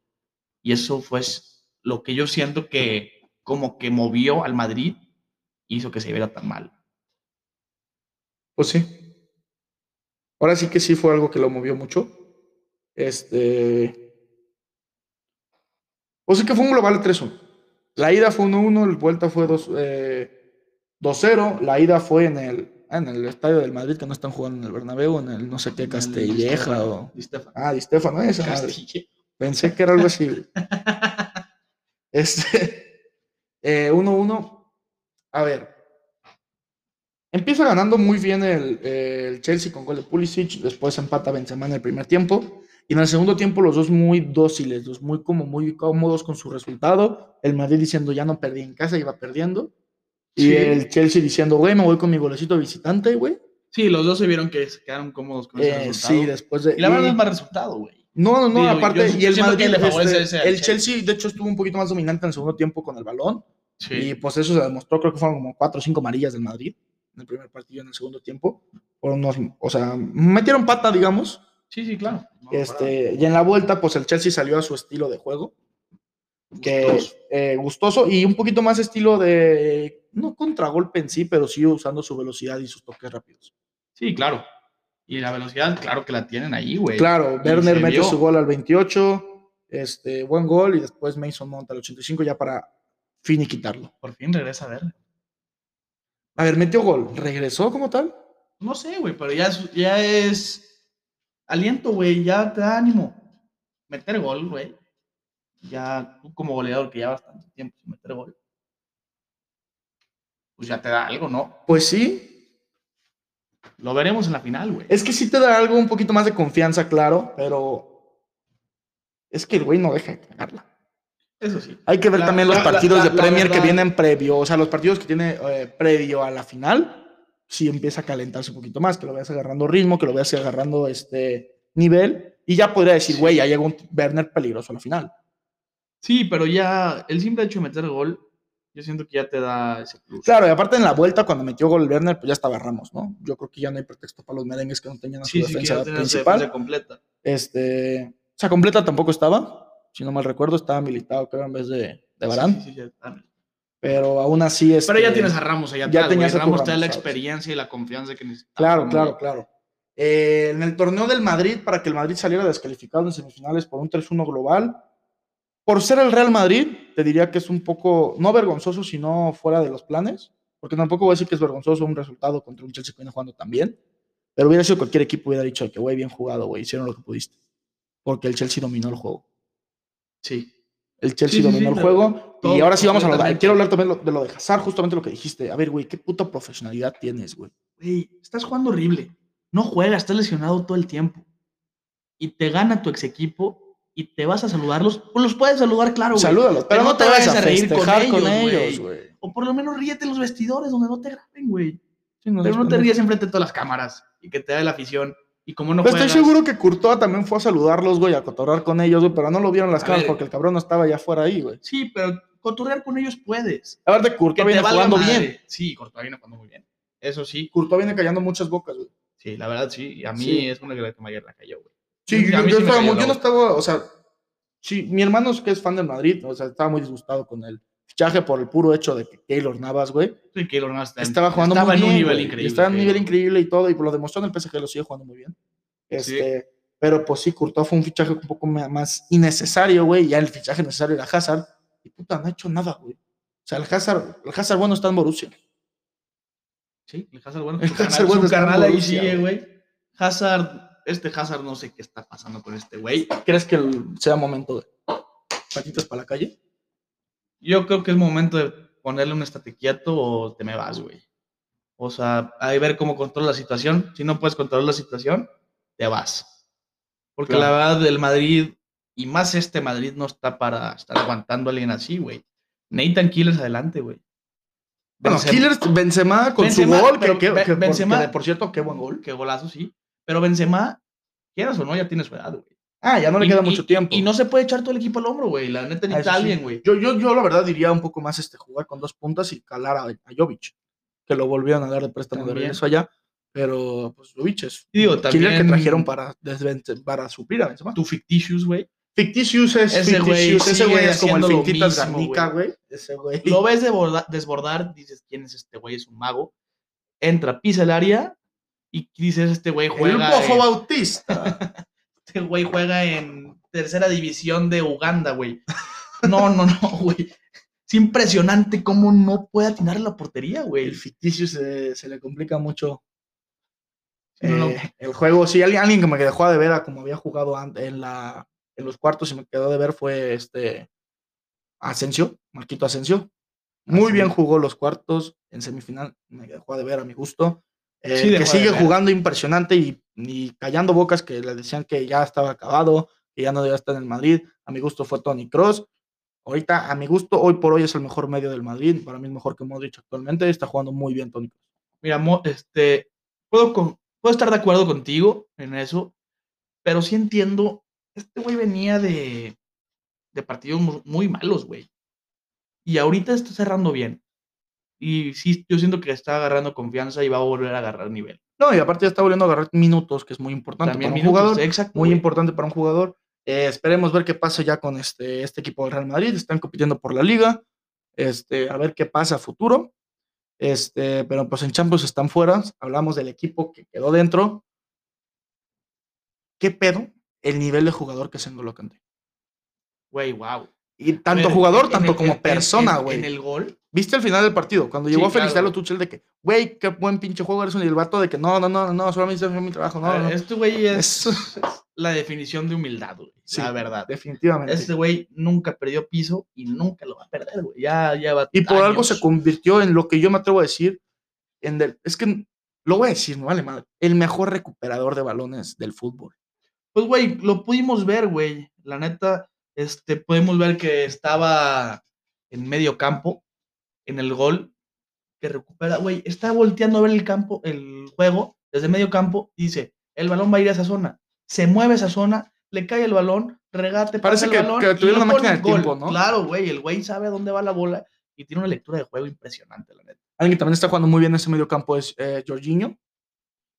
[SPEAKER 3] Y eso fue s- lo que yo siento que como que movió al Madrid, hizo que se viera tan mal.
[SPEAKER 2] Pues sí. Ahora sí que sí fue algo que lo movió mucho. Este. O sea que fue un global 3-1. La ida fue 1-1, la vuelta fue 2, eh, 2-0. La ida fue en el, ah, en el estadio del Madrid, que no están jugando en el Bernabéu, en el no sé qué Castilleja o.
[SPEAKER 3] Di Stefano.
[SPEAKER 2] Ah, Di Stefano, esa madre.
[SPEAKER 3] Castille.
[SPEAKER 2] Pensé que era algo así. güey. Este. eh, 1-1. A ver. Empieza ganando muy bien el, el Chelsea con gol de Pulisic. Después empata Benzema en el primer tiempo. Y en el segundo tiempo, los dos muy dóciles, los muy, como muy cómodos con su resultado. El Madrid diciendo ya no perdí en casa, iba perdiendo. Y
[SPEAKER 3] Sí.
[SPEAKER 2] el Chelsea diciendo, güey, me voy con mi golecito de visitante, güey.
[SPEAKER 3] Sí, los dos se vieron que se quedaron cómodos con ese
[SPEAKER 2] Eh,
[SPEAKER 3] resultado.
[SPEAKER 2] sí, después de.
[SPEAKER 3] y la verdad
[SPEAKER 2] y-
[SPEAKER 3] es más resultado, güey.
[SPEAKER 2] no, no, no,
[SPEAKER 3] Digo,
[SPEAKER 2] aparte,
[SPEAKER 3] yo-
[SPEAKER 2] y
[SPEAKER 3] yo
[SPEAKER 2] el
[SPEAKER 3] siento que
[SPEAKER 2] Madrid,
[SPEAKER 3] le favorece
[SPEAKER 2] este,
[SPEAKER 3] ese al
[SPEAKER 2] el Chelsea, de hecho, estuvo un poquito más dominante en el segundo tiempo con el balón, y pues eso se demostró, creo que fueron como cuatro o cinco amarillas del Madrid en el primer partido, en el segundo tiempo, por unos- o sea, metieron pata, digamos,
[SPEAKER 3] Sí, sí, claro. No, para-
[SPEAKER 2] este, y en la vuelta, pues el Chelsea salió a su estilo de juego, que
[SPEAKER 3] Gustoso.
[SPEAKER 2] eh, gustoso, y un poquito más estilo de, no contragolpe en sí, pero sí usando su velocidad y sus toques rápidos.
[SPEAKER 3] Sí, claro. Y la velocidad, claro que la tienen ahí, güey.
[SPEAKER 2] Claro,
[SPEAKER 3] y
[SPEAKER 2] Werner
[SPEAKER 3] se
[SPEAKER 2] mete
[SPEAKER 3] vio.
[SPEAKER 2] su gol al 28, este, buen gol, y después Mason monta al 85 ya para finiquitarlo.
[SPEAKER 3] Por fin regresa a ver.
[SPEAKER 2] A ver, metió gol, regresó como tal,
[SPEAKER 3] No sé, güey, pero ya es, ya es aliento, güey, ya te da ánimo. Meter gol, güey. Ya tú como goleador que ya bastante tiempo sin meter gol. Pues ya te da algo, ¿no?
[SPEAKER 2] Pues sí,
[SPEAKER 3] Lo veremos en la final, güey.
[SPEAKER 2] es que sí te da algo un poquito más de confianza, claro, pero es que el güey no deja de cagarla.
[SPEAKER 3] Eso sí.
[SPEAKER 2] Hay que ver
[SPEAKER 3] La-
[SPEAKER 2] también los
[SPEAKER 3] la-
[SPEAKER 2] partidos
[SPEAKER 3] la-
[SPEAKER 2] de
[SPEAKER 3] la
[SPEAKER 2] Premier que
[SPEAKER 3] verdad-
[SPEAKER 2] vienen previo, o sea, los partidos que tiene eh, previo a la final, sí empieza a calentarse un poquito más, que lo veas agarrando ritmo, que lo veas agarrando este nivel, y ya podría decir, güey, ya llega un Werner peligroso a la final.
[SPEAKER 3] Sí, pero ya el simple hecho de meter gol, yo siento que ya te da ese plus.
[SPEAKER 2] Claro, y aparte en la vuelta, cuando metió gol Werner, pues ya estaba Ramos, ¿no? Yo creo que ya no hay pretexto para los merengues que no tenían a su
[SPEAKER 3] sí, sí, que
[SPEAKER 2] defensa
[SPEAKER 3] ya tienes la
[SPEAKER 2] principal.
[SPEAKER 3] defensa completa.
[SPEAKER 2] Este, o sea, completa tampoco estaba, si no mal recuerdo, estaba militado, creo, en vez de, de Varane,
[SPEAKER 3] Sí, sí, sí, ya está.
[SPEAKER 2] pero aún así. Este,
[SPEAKER 3] Pero ya tienes a Ramos allá
[SPEAKER 2] ya
[SPEAKER 3] atrás, güey.
[SPEAKER 2] tenías a tu
[SPEAKER 3] Ramos te da la
[SPEAKER 2] Ramos, ¿sabes?
[SPEAKER 3] experiencia y la confianza que necesitas.
[SPEAKER 2] Claro, claro, claro. Eh, en el torneo del Madrid, para que el Madrid saliera descalificado en semifinales por un 3-1 global, por ser el Real Madrid, te diría que es un poco, no vergonzoso, sino fuera de los planes, porque tampoco voy a decir que es vergonzoso un resultado contra un Chelsea que viene jugando tan bien, pero hubiera sido cualquier equipo, hubiera dicho que, güey, bien jugado, güey, hicieron lo que pudiste, porque el Chelsea dominó el juego.
[SPEAKER 3] Sí.
[SPEAKER 2] El Chelsea
[SPEAKER 3] Sí, sí,
[SPEAKER 2] dominó
[SPEAKER 3] sí,
[SPEAKER 2] el
[SPEAKER 3] la-
[SPEAKER 2] juego. Y
[SPEAKER 3] todo,
[SPEAKER 2] ahora sí vamos a hablar.
[SPEAKER 3] completamente.
[SPEAKER 2] Quiero hablar también lo- de lo de Hazard, justamente lo que dijiste. A ver, güey, ¿qué puta profesionalidad tienes, güey?
[SPEAKER 3] Güey, estás jugando horrible. No juegas, estás lesionado todo el tiempo. Y te gana tu ex equipo y te vas a saludarlos. Pues los puedes saludar, claro, güey.
[SPEAKER 2] Salúdalos, pero, no te vayas a reír con
[SPEAKER 3] festejar
[SPEAKER 2] ellos,
[SPEAKER 3] con ellos,
[SPEAKER 2] güey.
[SPEAKER 3] O por lo menos ríete en los vestidores donde no te graben, güey.
[SPEAKER 2] Sí, no
[SPEAKER 3] Pero
[SPEAKER 2] seas
[SPEAKER 3] no te
[SPEAKER 2] pendejo.
[SPEAKER 3] ríes enfrente de todas las cámaras y que te da la afición. Y como no
[SPEAKER 2] Pero
[SPEAKER 3] juegas...
[SPEAKER 2] estoy seguro que Courtois también fue a saludarlos, güey, a cotorrar con ellos, güey, pero no lo vieron las
[SPEAKER 3] A
[SPEAKER 2] caras
[SPEAKER 3] ver.
[SPEAKER 2] porque el cabrón no estaba ya fuera ahí, güey.
[SPEAKER 3] Sí, pero cotorrear con ellos puedes.
[SPEAKER 2] A ver, de Courtois viene
[SPEAKER 3] valga
[SPEAKER 2] jugando
[SPEAKER 3] madre.
[SPEAKER 2] bien.
[SPEAKER 3] Sí, Courtois viene jugando muy bien. Eso sí.
[SPEAKER 2] Courtois viene callando muchas bocas, güey.
[SPEAKER 3] Sí, la verdad sí. Y a mí
[SPEAKER 2] Sí.
[SPEAKER 3] es una que la que mayor la cayó, güey.
[SPEAKER 2] Sí,
[SPEAKER 3] Sí,
[SPEAKER 2] yo,
[SPEAKER 3] a mí
[SPEAKER 2] yo
[SPEAKER 3] sí me
[SPEAKER 2] estaba
[SPEAKER 3] cayó
[SPEAKER 2] muy-
[SPEAKER 3] la
[SPEAKER 2] yo no
[SPEAKER 3] boca.
[SPEAKER 2] estaba, o sea, sí, mi hermano es que es fan del Madrid, o sea, estaba muy disgustado con el fichaje por el puro hecho de que Keylor Navas, güey,
[SPEAKER 3] Sí, Keylor Navas está en-
[SPEAKER 2] estaba jugando
[SPEAKER 3] estaba
[SPEAKER 2] muy
[SPEAKER 3] en
[SPEAKER 2] bien.
[SPEAKER 3] un nivel
[SPEAKER 2] güey, y
[SPEAKER 3] increíble.
[SPEAKER 2] Estaba en un nivel
[SPEAKER 3] Keylor.
[SPEAKER 2] increíble y todo, y lo demostró en el PSG, lo sigue jugando muy bien.
[SPEAKER 3] Sí.
[SPEAKER 2] Este, Pero pues sí, Courtois fue un fichaje un poco ma- más innecesario, güey. Ya el fichaje necesario era Hazard. Y puta, no ha hecho nada, güey. O sea, el Hazard, el Hazard bueno está en Borussia.
[SPEAKER 3] Sí, el Hazard, bueno,
[SPEAKER 2] El
[SPEAKER 3] su carnal-
[SPEAKER 2] Hazard, bueno,
[SPEAKER 3] su
[SPEAKER 2] está en
[SPEAKER 3] carnal ahí
[SPEAKER 2] Borussia,
[SPEAKER 3] sigue, güey. Hazard, este Hazard no sé qué está pasando con este güey.
[SPEAKER 2] ¿Crees que el- sea momento de patitas para la calle?
[SPEAKER 3] Yo creo que es momento de ponerle un estate quieto o te me vas, güey. O sea, hay ver cómo controla la situación. Si no puedes controlar la situación, te vas. Porque
[SPEAKER 2] Claro.
[SPEAKER 3] la verdad, el Madrid, y más este Madrid, no está para estar aguantando a alguien así, güey. Nathan Killers adelante, güey.
[SPEAKER 2] Bueno,
[SPEAKER 3] Benzema-
[SPEAKER 2] Killers, Benzema con
[SPEAKER 3] Benzema,
[SPEAKER 2] su gol. Que,
[SPEAKER 3] pero
[SPEAKER 2] que-
[SPEAKER 3] Ben-
[SPEAKER 2] que- por-
[SPEAKER 3] Benzema-
[SPEAKER 2] que, por cierto, qué buen gol.
[SPEAKER 3] Qué golazo, sí. Pero Benzema, quieras o no, ya tiene su edad, güey.
[SPEAKER 2] Ah, ya no le
[SPEAKER 3] Y-
[SPEAKER 2] queda
[SPEAKER 3] y-
[SPEAKER 2] mucho tiempo.
[SPEAKER 3] Y no se puede echar todo el equipo al hombro, güey. La neta
[SPEAKER 2] Ah,
[SPEAKER 3] ni
[SPEAKER 2] eso sí.
[SPEAKER 3] alguien, güey.
[SPEAKER 2] Yo, yo, yo la verdad diría un poco más este, jugar con dos puntas y calar a, a Jovic, que lo volvieron a dar de préstamo de
[SPEAKER 3] También.
[SPEAKER 2] regreso allá. Pero, pues, Jovic es
[SPEAKER 3] Y Digo,
[SPEAKER 2] killer
[SPEAKER 3] también
[SPEAKER 2] que trajeron para, desven- para suplir a Benzema.
[SPEAKER 3] tu fictitious, güey.
[SPEAKER 2] Fictitious es
[SPEAKER 3] Ese güey
[SPEAKER 2] fictitious, ese güey
[SPEAKER 3] sigue
[SPEAKER 2] es como el
[SPEAKER 3] haciendo lo
[SPEAKER 2] Fintitas
[SPEAKER 3] mismo,
[SPEAKER 2] Garnica, güey. Ese güey.
[SPEAKER 3] Lo ves desborda- desbordar, dices, ¿quién es este güey? Es un mago. Entra, pisa el área y dices, este güey
[SPEAKER 2] El
[SPEAKER 3] juega,
[SPEAKER 2] Bofo
[SPEAKER 3] en,
[SPEAKER 2] Bautista.
[SPEAKER 3] este güey juega en tercera división de Uganda, güey. No, no, no, güey. Es impresionante cómo no puede atinar a la portería, güey.
[SPEAKER 2] El fictitious eh, se le complica mucho
[SPEAKER 3] No, no.
[SPEAKER 2] eh, el juego. Sí, alguien, alguien que me dejó de ver a como había jugado an- en, la, en los cuartos y me quedó de ver fue este Asensio, Marquito Asensio. Muy
[SPEAKER 3] Asensio.
[SPEAKER 2] bien jugó los cuartos en semifinal, me dejó de ver a mi gusto. Eh,
[SPEAKER 3] Sí, dejó
[SPEAKER 2] que
[SPEAKER 3] de
[SPEAKER 2] sigue
[SPEAKER 3] ver.
[SPEAKER 2] jugando impresionante y, y callando bocas que le decían que ya estaba acabado, que ya no debía estar en el Madrid. A mi gusto fue Tony Cross. Ahorita, a mi gusto, hoy por hoy es el mejor medio del Madrid. Para mí es mejor que Modric actualmente. Está jugando muy bien Tony Cross.
[SPEAKER 3] Mira, mo- este, puedo, con- puedo estar de acuerdo contigo en eso, pero sí entiendo, este güey venía de, de partidos mu- muy malos, güey. Y ahorita está cerrando bien. Y sí, yo siento que está agarrando confianza y va a volver a agarrar nivel.
[SPEAKER 2] No, y aparte ya está volviendo a agarrar minutos, que es muy importante
[SPEAKER 3] También
[SPEAKER 2] para un
[SPEAKER 3] minutos,
[SPEAKER 2] jugador.
[SPEAKER 3] exacto.
[SPEAKER 2] muy
[SPEAKER 3] güey.
[SPEAKER 2] importante para un jugador. Eh, esperemos ver qué pasa ya con este, este equipo del Real Madrid. Están compitiendo por la liga. Este, a ver qué pasa a futuro. Este, pero pues en Champions están fuera. Hablamos del equipo que quedó dentro. ¿Qué pedo? El nivel de jugador que es N'Golo Kanté.
[SPEAKER 3] Güey, wow.
[SPEAKER 2] Y tanto
[SPEAKER 3] Pero
[SPEAKER 2] jugador,
[SPEAKER 3] en
[SPEAKER 2] tanto
[SPEAKER 3] el-
[SPEAKER 2] como
[SPEAKER 3] en- en-
[SPEAKER 2] persona, güey.
[SPEAKER 3] En, el gol.
[SPEAKER 2] ¿Viste al final del partido? Cuando
[SPEAKER 3] Sí,
[SPEAKER 2] llegó a felicitarlo
[SPEAKER 3] claro.
[SPEAKER 2] Tuchel de que, güey, qué buen pinche juego eres un y el vato de que no, no, no, no, solamente hice mi trabajo, no,
[SPEAKER 3] A ver,
[SPEAKER 2] no.
[SPEAKER 3] Este güey es,
[SPEAKER 2] Eso,
[SPEAKER 3] la definición de humildad, güey.
[SPEAKER 2] Sí.
[SPEAKER 3] La verdad.
[SPEAKER 2] definitivamente.
[SPEAKER 3] Este güey nunca perdió piso y nunca lo va a perder, güey. Ya, ya va.
[SPEAKER 2] y por algo se
[SPEAKER 3] años.
[SPEAKER 2] convirtió en lo que yo me atrevo a decir, en del- es que lo voy a decir, no vale madre, el mejor recuperador de balones del fútbol.
[SPEAKER 3] Pues, güey, lo pudimos ver, güey. La neta, este, podemos ver que estaba en medio campo, en el gol, que recupera, güey, está volteando a ver el campo, el juego, desde medio campo, y dice, el balón va a ir a esa zona. Se mueve esa zona, le cae el balón, regate,
[SPEAKER 2] Parece
[SPEAKER 3] el
[SPEAKER 2] que-
[SPEAKER 3] balón
[SPEAKER 2] que
[SPEAKER 3] y
[SPEAKER 2] tuviera
[SPEAKER 3] lo
[SPEAKER 2] una máquina
[SPEAKER 3] pone
[SPEAKER 2] del
[SPEAKER 3] gol.
[SPEAKER 2] tiempo, ¿no?
[SPEAKER 3] Claro, güey, el güey sabe a dónde va la bola y tiene una lectura de juego impresionante, la neta.
[SPEAKER 2] Alguien que también está jugando muy bien en ese medio campo es eh, Jorginho,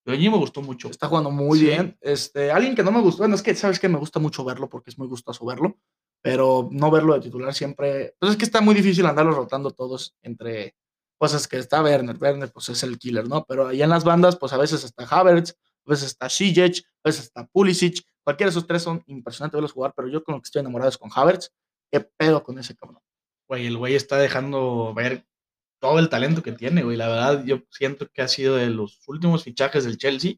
[SPEAKER 3] Pero a mí me gustó mucho.
[SPEAKER 2] está jugando muy
[SPEAKER 3] Sí.
[SPEAKER 2] bien. Este, alguien que no me gustó, bueno, es que sabes que me gusta mucho verlo porque es muy gustoso verlo, pero no verlo de titular siempre, pues es que está muy difícil andarlos rotando todos entre cosas que está Werner, Werner pues es el killer, ¿no? Pero ahí en las bandas pues a veces está Havertz, a veces está Ziyech, a veces está Pulisic, cualquiera de esos tres son impresionantes verlos jugar, pero yo con lo que estoy enamorado es con Havertz. ¿Qué pedo con ese cabrón?
[SPEAKER 3] Güey, el güey está dejando ver todo el talento que tiene, güey. La verdad, yo siento que ha sido de los últimos fichajes del Chelsea,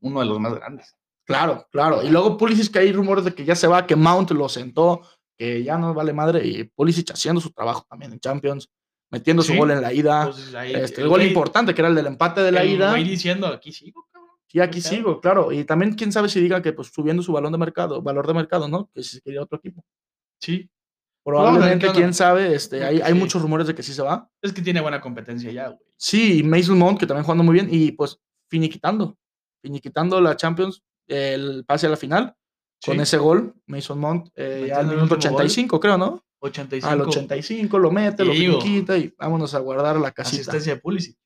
[SPEAKER 3] uno de los más grandes.
[SPEAKER 2] Claro, claro. Y luego Pulisic, que hay rumores de que ya se va, que Mount lo sentó, que ya no vale madre. Y Pulisic haciendo su trabajo también en Champions, metiendo su
[SPEAKER 3] Sí.
[SPEAKER 2] gol en la ida.
[SPEAKER 3] Entonces, ahí,
[SPEAKER 2] este, el gol
[SPEAKER 3] güey-
[SPEAKER 2] importante, que era el del empate de la
[SPEAKER 3] el
[SPEAKER 2] ida.
[SPEAKER 3] güey diciendo, aquí sigo, cabrón.
[SPEAKER 2] Y aquí
[SPEAKER 3] o sea.
[SPEAKER 2] sigo, claro. Y también, quién sabe si diga que pues subiendo su balón de mercado, valor de mercado, ¿no? Que si se quería otro equipo.
[SPEAKER 3] Sí.
[SPEAKER 2] Probablemente,
[SPEAKER 3] claro.
[SPEAKER 2] quién sabe, este,
[SPEAKER 3] Creo
[SPEAKER 2] hay,
[SPEAKER 3] que
[SPEAKER 2] hay
[SPEAKER 3] pues sí.
[SPEAKER 2] muchos rumores de que sí se va.
[SPEAKER 3] Es que tiene buena competencia ya, güey.
[SPEAKER 2] Sí, y Mason Mount, que también jugando muy bien, y pues finiquitando, finiquitando la Champions, el pase a la final, con
[SPEAKER 3] Sí.
[SPEAKER 2] ese gol, Mason Mount, eh, ya al
[SPEAKER 3] Metiendo el
[SPEAKER 2] minuto
[SPEAKER 3] último gol.
[SPEAKER 2] 85, creo, ¿no?
[SPEAKER 3] 85.
[SPEAKER 2] Al 85 lo mete, lo
[SPEAKER 3] Digo.
[SPEAKER 2] finiquita y vámonos a guardar la casita. Asistencia.
[SPEAKER 3] Asistencia de Pulisic.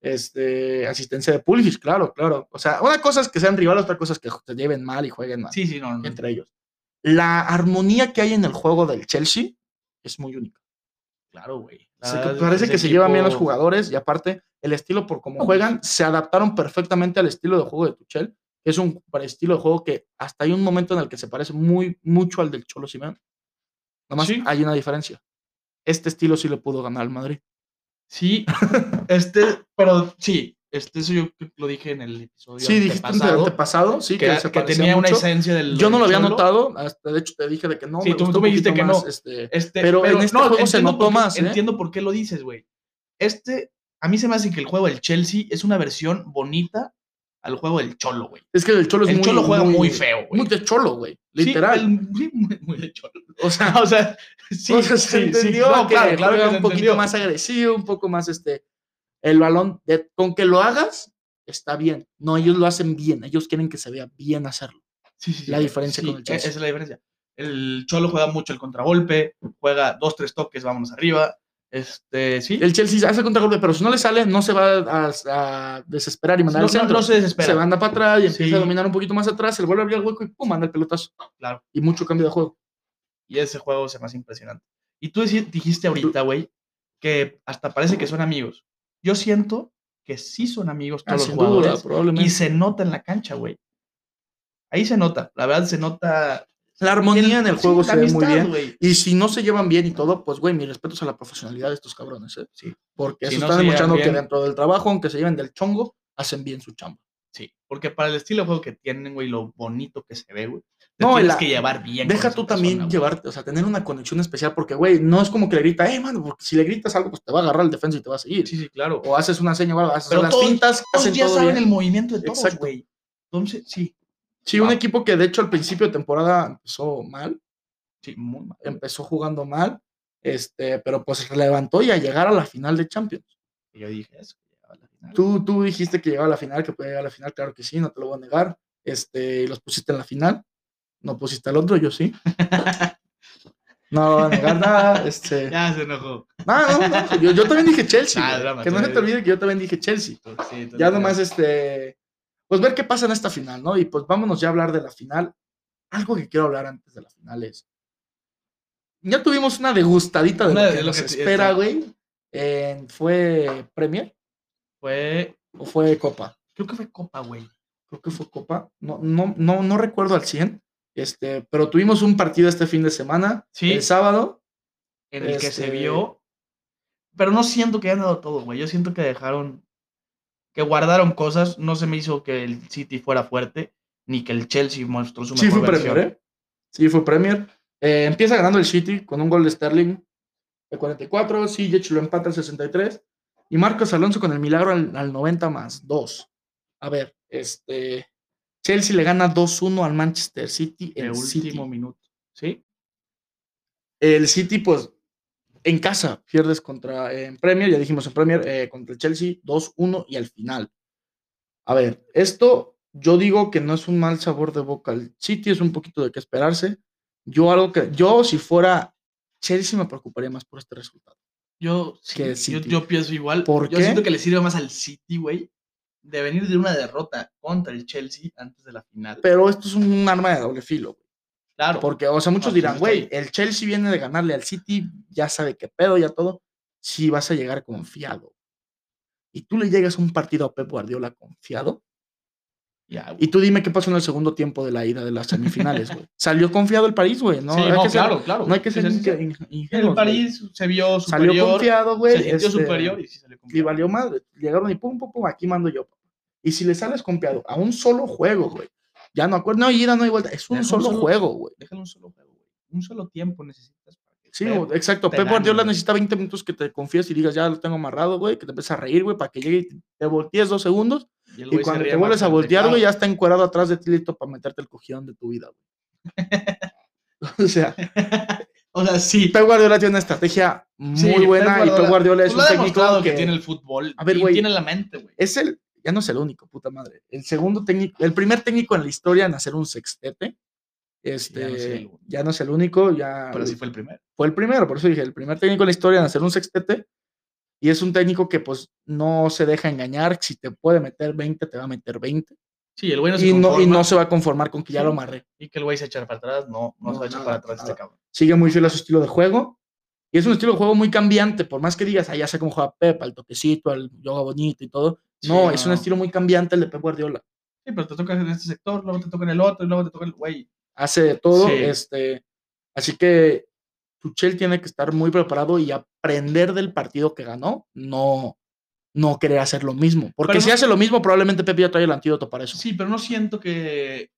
[SPEAKER 2] Este, asistencia de Pulisic, claro, claro. O sea, una cosa es que sean rivales, otra cosa es que se lleven mal y jueguen mal
[SPEAKER 3] Sí, sí, no, no.
[SPEAKER 2] entre ellos. La armonía que hay en el juego del Chelsea es muy única.
[SPEAKER 3] Claro, güey. La
[SPEAKER 2] Se-
[SPEAKER 3] verdad es
[SPEAKER 2] parece
[SPEAKER 3] ese
[SPEAKER 2] que se llevan bien los
[SPEAKER 3] equipo-
[SPEAKER 2] jugadores y aparte el estilo por cómo juegan se adaptaron perfectamente al estilo de juego de Tuchel. que Es un para- estilo de juego que hasta hay un momento en el que se parece muy mucho al del Cholo Simeone. Nomás
[SPEAKER 3] Sí.
[SPEAKER 2] hay una diferencia. Este estilo sí le pudo ganar al Madrid.
[SPEAKER 3] Sí, este, pero sí, este, eso yo creo que lo dije en el episodio
[SPEAKER 2] Sí, dijiste
[SPEAKER 3] antepasado,
[SPEAKER 2] pasado, antepasado, sí, que,
[SPEAKER 3] que,
[SPEAKER 2] se
[SPEAKER 3] que
[SPEAKER 2] parecía
[SPEAKER 3] tenía una
[SPEAKER 2] mucho.
[SPEAKER 3] esencia del.
[SPEAKER 2] Yo no
[SPEAKER 3] del
[SPEAKER 2] lo había
[SPEAKER 3] Cholo.
[SPEAKER 2] notado, hasta, de hecho te dije de que no.
[SPEAKER 3] Sí, tú-
[SPEAKER 2] gustó
[SPEAKER 3] tú me
[SPEAKER 2] un
[SPEAKER 3] dijiste
[SPEAKER 2] poquito
[SPEAKER 3] que no.
[SPEAKER 2] más, este,
[SPEAKER 3] Este,
[SPEAKER 2] Pero en este juego se
[SPEAKER 3] entiendo
[SPEAKER 2] notó
[SPEAKER 3] por qué-
[SPEAKER 2] más, ¿eh?
[SPEAKER 3] Entiendo por qué lo dices, güey. Este, a mí se me hace que el juego del Chelsea es una versión bonita al juego del Cholo, güey.
[SPEAKER 2] es que el Cholo es
[SPEAKER 3] El
[SPEAKER 2] muy,
[SPEAKER 3] Cholo juega muy, feo, güey.
[SPEAKER 2] Muy de Cholo, güey.
[SPEAKER 3] Sí,
[SPEAKER 2] Literal.
[SPEAKER 3] el- muy, muy, muy de Cholo.
[SPEAKER 2] O sea,
[SPEAKER 3] O sea, sí.
[SPEAKER 2] o sea, se
[SPEAKER 3] sí, sí,
[SPEAKER 2] entendió
[SPEAKER 3] no,
[SPEAKER 2] que
[SPEAKER 3] claro, claro
[SPEAKER 2] juega
[SPEAKER 3] que se
[SPEAKER 2] un poquito
[SPEAKER 3] entendió.
[SPEAKER 2] más agresivo, un poco más este. El balón, de- con que lo hagas, está bien. No, ellos lo hacen bien. Ellos quieren que se vea bien hacerlo.
[SPEAKER 3] Sí, sí, sí,
[SPEAKER 2] la diferencia
[SPEAKER 3] sí,
[SPEAKER 2] con el
[SPEAKER 3] e-
[SPEAKER 2] Chelsea.
[SPEAKER 3] Esa es la diferencia. El Cholo juega mucho el contragolpe, juega dos, tres toques, vámonos arriba. Este, sí.
[SPEAKER 2] El Chelsea hace contragolpe, pero si no le sale, no se va a, a desesperar y mandar
[SPEAKER 3] no,
[SPEAKER 2] al
[SPEAKER 3] no-
[SPEAKER 2] centro.
[SPEAKER 3] no se desespera.
[SPEAKER 2] se anda para atrás y empieza
[SPEAKER 3] Sí.
[SPEAKER 2] a dominar un poquito más atrás, se le vuelve a abrir el hueco y pum, manda el pelotazo.
[SPEAKER 3] Claro.
[SPEAKER 2] Y mucho cambio de juego.
[SPEAKER 3] Y ese juego se me hace impresionante. Y tú deci- dijiste ahorita, güey, que hasta parece que son amigos. Yo siento que sí son amigos
[SPEAKER 2] Ah,
[SPEAKER 3] todos los
[SPEAKER 2] sin duda,
[SPEAKER 3] jugadores. y
[SPEAKER 2] probablemente.
[SPEAKER 3] se nota en la cancha, güey. Ahí se nota. La verdad se nota.
[SPEAKER 2] La armonía en el
[SPEAKER 3] Sí,
[SPEAKER 2] juego
[SPEAKER 3] la
[SPEAKER 2] se ve muy
[SPEAKER 3] amistad,
[SPEAKER 2] bien.
[SPEAKER 3] güey.
[SPEAKER 2] Y si no se llevan bien y todo, pues, güey, mis respetos a la profesionalidad de estos cabrones, ¿eh?
[SPEAKER 3] Sí.
[SPEAKER 2] Porque
[SPEAKER 3] Si
[SPEAKER 2] eso
[SPEAKER 3] no
[SPEAKER 2] está
[SPEAKER 3] se llevan
[SPEAKER 2] demostrando que
[SPEAKER 3] bien-
[SPEAKER 2] dentro del trabajo, aunque se lleven del chongo, hacen bien su chamba.
[SPEAKER 3] Sí, porque para el estilo de juego que tienen, güey, lo bonito que se ve, güey. Te
[SPEAKER 2] No, y
[SPEAKER 3] tienes
[SPEAKER 2] la-
[SPEAKER 3] que llevar bien. con
[SPEAKER 2] Deja
[SPEAKER 3] esa
[SPEAKER 2] tú
[SPEAKER 3] persona,
[SPEAKER 2] también
[SPEAKER 3] güey.
[SPEAKER 2] llevarte, o sea, tener una conexión especial, porque, güey, no es como que le grita, eh, mano, porque si le gritas algo, pues te va a agarrar el defensa y te va a seguir.
[SPEAKER 3] Sí, sí, claro.
[SPEAKER 2] O haces una seña, o algo, haces
[SPEAKER 3] Pero
[SPEAKER 2] las
[SPEAKER 3] todos-
[SPEAKER 2] pintas, hacen
[SPEAKER 3] Todos ya
[SPEAKER 2] todo
[SPEAKER 3] saben
[SPEAKER 2] bien.
[SPEAKER 3] el movimiento de todos,
[SPEAKER 2] Exacto.
[SPEAKER 3] güey. Entonces, sí,
[SPEAKER 2] Sí, un equipo que de hecho al principio de temporada empezó mal,
[SPEAKER 3] sí, muy mal.
[SPEAKER 2] empezó jugando mal, este, pero pues se levantó y a llegar a la final de Champions.
[SPEAKER 3] Y Yo dije eso. que llegaba a la final.
[SPEAKER 2] Tú, tú dijiste que llegaba a la final, que podía llegar a la final, claro que sí, no te lo voy a negar. Este, y los pusiste en la final. No pusiste al otro, yo sí. No voy a negar nada. Este,
[SPEAKER 3] Ya se enojó.
[SPEAKER 2] no, no, no, yo, yo también dije Chelsea.
[SPEAKER 3] Ah,
[SPEAKER 2] güey,
[SPEAKER 3] broma,
[SPEAKER 2] que no se te
[SPEAKER 3] todavía.
[SPEAKER 2] olvide que yo también dije Chelsea.
[SPEAKER 3] Sí, entonces,
[SPEAKER 2] Ya nomás, este, pues ver qué pasa en esta final, ¿no? Y pues vámonos ya a hablar de la final. Algo que quiero hablar antes de la final es. Ya tuvimos una degustadita de
[SPEAKER 3] Una
[SPEAKER 2] lo
[SPEAKER 3] de
[SPEAKER 2] que
[SPEAKER 3] lo
[SPEAKER 2] nos
[SPEAKER 3] que te- este
[SPEAKER 2] espera,
[SPEAKER 3] exacto.
[SPEAKER 2] güey. en- ¿Fue Premier
[SPEAKER 3] Fue.
[SPEAKER 2] o fue Copa?
[SPEAKER 3] Creo que fue Copa, güey.
[SPEAKER 2] creo que fue Copa, no, no, no, no recuerdo al 100, Este, pero tuvimos un partido este fin de semana,
[SPEAKER 3] Sí.
[SPEAKER 2] el sábado.
[SPEAKER 3] en el que se
[SPEAKER 2] Este-
[SPEAKER 3] vio. Pero no siento que hayan dado todo, güey. Yo siento que dejaron, que guardaron cosas. No se me hizo que el City fuera fuerte, ni que el Chelsea mostró su
[SPEAKER 2] Sí
[SPEAKER 3] mejor
[SPEAKER 2] fue
[SPEAKER 3] versión.
[SPEAKER 2] Premier, ¿eh? Sí fue Premier. Eh, empieza ganando el City con un gol de Sterling de 44, Sijic lo empata al 63 y Marcos Alonso con el milagro al, al 90 más 2. A ver, este Chelsea le gana 2-1 al Manchester City
[SPEAKER 3] De
[SPEAKER 2] el
[SPEAKER 3] último
[SPEAKER 2] City.
[SPEAKER 3] minuto, ¿sí?
[SPEAKER 2] El City pues en casa pierdes contra eh, en Premier, ya dijimos en Premier eh, contra el Chelsea 2-1 y al final. A ver, esto yo digo que no es un mal sabor de boca. El City es un poquito de que esperarse. Yo algo que yo si fuera Chelsea me preocuparía más por este resultado.
[SPEAKER 3] Yo, sí,
[SPEAKER 2] Que
[SPEAKER 3] yo,
[SPEAKER 2] City.
[SPEAKER 3] yo pienso igual.
[SPEAKER 2] ¿Por
[SPEAKER 3] yo
[SPEAKER 2] qué?
[SPEAKER 3] siento que le sirve más al City, güey, de venir de una derrota contra el Chelsea antes de la final.
[SPEAKER 2] Pero esto es un arma de doble filo, güey.
[SPEAKER 3] claro,
[SPEAKER 2] porque o sea, muchos
[SPEAKER 3] sí,
[SPEAKER 2] dirán,
[SPEAKER 3] está
[SPEAKER 2] güey,
[SPEAKER 3] bien.
[SPEAKER 2] el Chelsea viene de ganarle al City, ya sabe qué pedo, ya todo. Si vas a llegar confiado. Y tú le llegas un partido a Pep Guardiola confiado,
[SPEAKER 3] ya, güey.
[SPEAKER 2] Y tú dime qué pasó en el segundo tiempo de la ida de las semifinales, güey. Salió confiado el París, güey. No,
[SPEAKER 3] Sí,
[SPEAKER 2] hay
[SPEAKER 3] no,
[SPEAKER 2] que ser-
[SPEAKER 3] claro, claro.
[SPEAKER 2] no hay que
[SPEAKER 3] Sí,
[SPEAKER 2] ser
[SPEAKER 3] sí, sí, sí.
[SPEAKER 2] inge- inge- ingenuos,
[SPEAKER 3] El
[SPEAKER 2] güey.
[SPEAKER 3] París se vio superior,
[SPEAKER 2] Salió confiado, güey.
[SPEAKER 3] se sintió
[SPEAKER 2] este,
[SPEAKER 3] superior y sí salió
[SPEAKER 2] Y
[SPEAKER 3] confiado.
[SPEAKER 2] valió madre. Llegaron y pum, pum, pum, aquí mando yo. Y si le sales confiado a un solo juego, güey. Ya no acuerdo. No, hay ida, no hay vuelta. Es un
[SPEAKER 3] Deja un
[SPEAKER 2] solo,
[SPEAKER 3] solo-
[SPEAKER 2] juego, güey.
[SPEAKER 3] Déjale un solo juego, güey. Un solo tiempo necesitas para que
[SPEAKER 2] Sí,
[SPEAKER 3] Pep
[SPEAKER 2] güey, exacto.
[SPEAKER 3] te
[SPEAKER 2] Pep
[SPEAKER 3] gane,
[SPEAKER 2] Guardiola
[SPEAKER 3] güey.
[SPEAKER 2] necesita 20 minutos que te confíes y digas, ya lo tengo amarrado, güey. Que te empieces a reír, güey, para que llegue y te voltees dos segundos.
[SPEAKER 3] Y, el
[SPEAKER 2] Y
[SPEAKER 3] güey se
[SPEAKER 2] cuando
[SPEAKER 3] ríe
[SPEAKER 2] te vuelves a
[SPEAKER 3] bastante,
[SPEAKER 2] voltear, güey,
[SPEAKER 3] claro.
[SPEAKER 2] ya está encuerado atrás de ti listo para meterte el cogidón de tu vida, güey. o sea,
[SPEAKER 3] O sea, sí.
[SPEAKER 2] Pep Guardiola tiene una estrategia muy
[SPEAKER 3] Sí,
[SPEAKER 2] buena y Pep Guardiola es
[SPEAKER 3] pues
[SPEAKER 2] un
[SPEAKER 3] lo ha
[SPEAKER 2] técnico
[SPEAKER 3] demostrado
[SPEAKER 2] que,
[SPEAKER 3] que tiene el fútbol.
[SPEAKER 2] A ver,
[SPEAKER 3] y
[SPEAKER 2] güey.
[SPEAKER 3] tiene la mente, güey.
[SPEAKER 2] es el, ya no es el único, puta madre. El segundo técnico, el primer técnico en la historia en hacer un sextete. Este,
[SPEAKER 3] no
[SPEAKER 2] ya,
[SPEAKER 3] es el
[SPEAKER 2] no
[SPEAKER 3] único.
[SPEAKER 2] es el único, ya
[SPEAKER 3] Pero sí fue el primero.
[SPEAKER 2] fue el primero, por eso dije, el primer técnico en la historia en hacer un sextete. Y es un técnico que pues no se deja engañar, si te puede meter 20, te va a meter 20.
[SPEAKER 3] Sí, el güey no se
[SPEAKER 2] y, no, y
[SPEAKER 3] conforma
[SPEAKER 2] no se va a conformar con que ya
[SPEAKER 3] Sí.
[SPEAKER 2] lo amarré.
[SPEAKER 3] y que el güey se echa para atrás. No, no, se
[SPEAKER 2] No,
[SPEAKER 3] va a echar
[SPEAKER 2] nada,
[SPEAKER 3] para atrás
[SPEAKER 2] nada.
[SPEAKER 3] este cabrón.
[SPEAKER 2] sigue muy fiel a su estilo de juego. Y es un estilo de juego muy cambiante, por más que digas, ah, ya sé cómo juega Pep, al toquecito, al yoga bonito y todo.
[SPEAKER 3] Sí,
[SPEAKER 2] No, es
[SPEAKER 3] no.
[SPEAKER 2] un estilo muy cambiante el de Pep Guardiola.
[SPEAKER 3] Sí, pero te tocas en este sector, luego te toca en el otro, y luego te toca el güey.
[SPEAKER 2] Hace de todo.
[SPEAKER 3] Sí.
[SPEAKER 2] Este, así que Tuchel tiene que estar muy preparado y aprender del partido que ganó, no, no querer hacer lo mismo. Porque
[SPEAKER 3] Pero
[SPEAKER 2] si
[SPEAKER 3] no-
[SPEAKER 2] hace lo mismo, probablemente Pep ya trae el antídoto para eso.
[SPEAKER 3] Sí, pero no siento que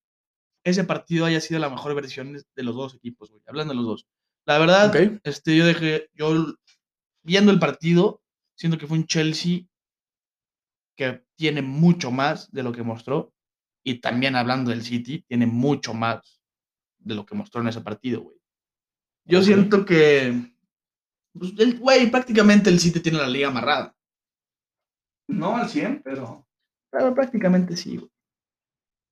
[SPEAKER 3] ese partido haya sido la mejor versión de los dos equipos, güey. Hablando de los dos. La verdad,
[SPEAKER 2] Ok.
[SPEAKER 3] este, yo dejé, yo l- viendo el partido, siento que fue un Chelsea que tiene mucho más de lo que mostró. Y también hablando del City, tiene mucho más de lo que mostró en ese partido, güey. Yo
[SPEAKER 2] Ok.
[SPEAKER 3] siento que, pues, el- güey, prácticamente el City tiene la liga amarrada. No al 100, pero... Pero prácticamente sí, güey.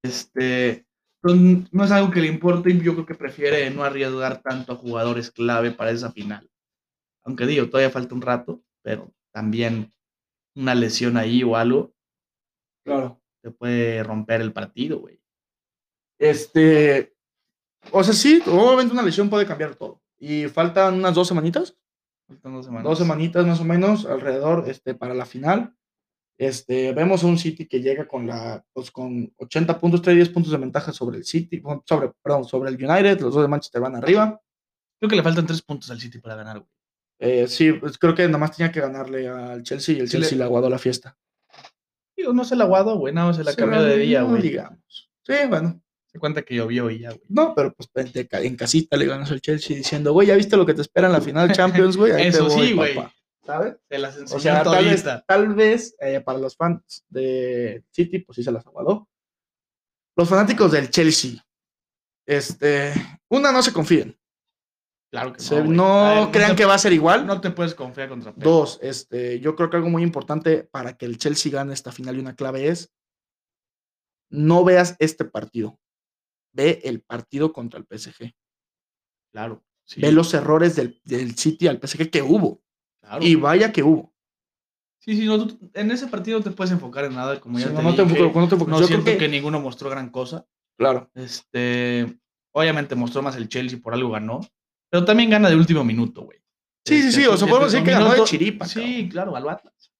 [SPEAKER 3] Este, pues, no es algo que le importe y yo creo que prefiere no arriesgar tanto a jugadores clave para esa final. Aunque digo, todavía falta un rato, pero también una lesión ahí o algo
[SPEAKER 2] Claro.
[SPEAKER 3] te puede romper el partido, güey.
[SPEAKER 2] Este, o sea, sí, obviamente una lesión puede cambiar todo. Y faltan unas dos semanitas.
[SPEAKER 3] Faltan dos semanas.
[SPEAKER 2] dos semanitas más o menos alrededor este, para la final. Este, vemos a un City que llega con, la, pues, con 80 puntos, 3 10 puntos de ventaja sobre el City, bueno, sobre, perdón, sobre el United, los dos de Manchester van arriba.
[SPEAKER 3] Creo que le faltan tres puntos al City para ganar, güey.
[SPEAKER 2] Eh, sí, pues, creo que nomás tenía que ganarle al Chelsea y el
[SPEAKER 3] Sí,
[SPEAKER 2] Chelsea
[SPEAKER 3] le-
[SPEAKER 2] le, aguadó la fiesta.
[SPEAKER 3] Digo, no se la guado, güey, nada más se la
[SPEAKER 2] Sí,
[SPEAKER 3] cambió de día,
[SPEAKER 2] no
[SPEAKER 3] güey.
[SPEAKER 2] digamos. Sí, bueno.
[SPEAKER 3] Se cuenta que llovió y ya, güey.
[SPEAKER 2] No, pero pues en, te- en casita le ganas al Chelsea diciendo, güey, ya viste lo que te espera en la final Champions, güey. Ahí te
[SPEAKER 3] Eso
[SPEAKER 2] voy,
[SPEAKER 3] sí, güey.
[SPEAKER 2] papá", ¿Sabes?
[SPEAKER 3] Se las enseñó
[SPEAKER 2] O sea, tal vez,
[SPEAKER 3] todita.
[SPEAKER 2] tal vez eh, para los fans de City, pues sí se las aguadó. Los fanáticos del Chelsea, este, una, no se confíen.
[SPEAKER 3] Claro que
[SPEAKER 2] Se-
[SPEAKER 3] no,
[SPEAKER 2] no
[SPEAKER 3] güey. A ver,
[SPEAKER 2] crean
[SPEAKER 3] te-
[SPEAKER 2] que va a ser igual.
[SPEAKER 3] No te puedes confiar contra Pep.
[SPEAKER 2] Dos, este, yo creo que algo muy importante para que el Chelsea gane esta final y una clave es, no veas este partido. Ve el partido contra el PSG.
[SPEAKER 3] Claro. sí,
[SPEAKER 2] Ve los errores del, del City al PSG que hubo.
[SPEAKER 3] claro.
[SPEAKER 2] Y vaya que hubo.
[SPEAKER 3] Sí, sí, no, tú- en ese partido no te puedes enfocar en nada, como
[SPEAKER 2] O
[SPEAKER 3] ya
[SPEAKER 2] sea,
[SPEAKER 3] te
[SPEAKER 2] no, no te
[SPEAKER 3] dije.
[SPEAKER 2] enfocas- no te enfocas.
[SPEAKER 3] No
[SPEAKER 2] Yo creo
[SPEAKER 3] siento que...
[SPEAKER 2] que-
[SPEAKER 3] ninguno mostró gran cosa.
[SPEAKER 2] Claro.
[SPEAKER 3] Este, obviamente mostró más el Chelsea, por algo ganó. Pero también gana de último minuto, güey.
[SPEAKER 2] Sí, sí,
[SPEAKER 3] Este,
[SPEAKER 2] sí, o sea,
[SPEAKER 3] desde
[SPEAKER 2] podemos
[SPEAKER 3] el
[SPEAKER 2] decir que ganó de
[SPEAKER 3] minuto-
[SPEAKER 2] chiripa. cabrón.
[SPEAKER 3] Sí, claro, al Atlas.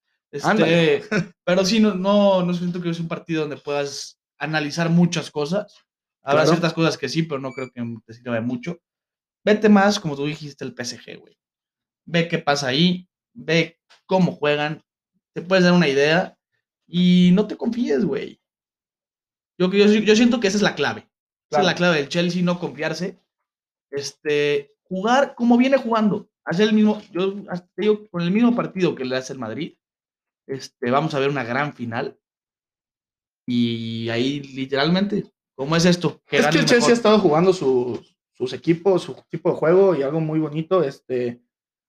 [SPEAKER 2] Ándale.
[SPEAKER 3] Este, pero sí, no, no, no siento que es un partido donde puedas analizar muchas cosas. Habrá
[SPEAKER 2] Claro.
[SPEAKER 3] ciertas cosas que sí, pero no creo que te sirva de mucho. Vete más, como tú dijiste, el PSG, güey. Ve qué pasa ahí, ve cómo juegan, te puedes dar una idea y no te confíes, güey. Yo, yo, yo siento que esa es la clave. Esa es la
[SPEAKER 2] Claro.
[SPEAKER 3] clave del Chelsea, no confiarse. Este, jugar como viene jugando. Hacer el mismo, yo hasta te digo, con el mismo partido que le hace el Madrid, este, vamos a ver una gran final. Y ahí, literalmente, ¿cómo es esto?
[SPEAKER 2] es
[SPEAKER 3] gane
[SPEAKER 2] que el
[SPEAKER 3] el
[SPEAKER 2] Chelsea ha
[SPEAKER 3] mejor.
[SPEAKER 2] estado jugando sus, sus equipos, su tipo de juego y algo muy bonito. Este,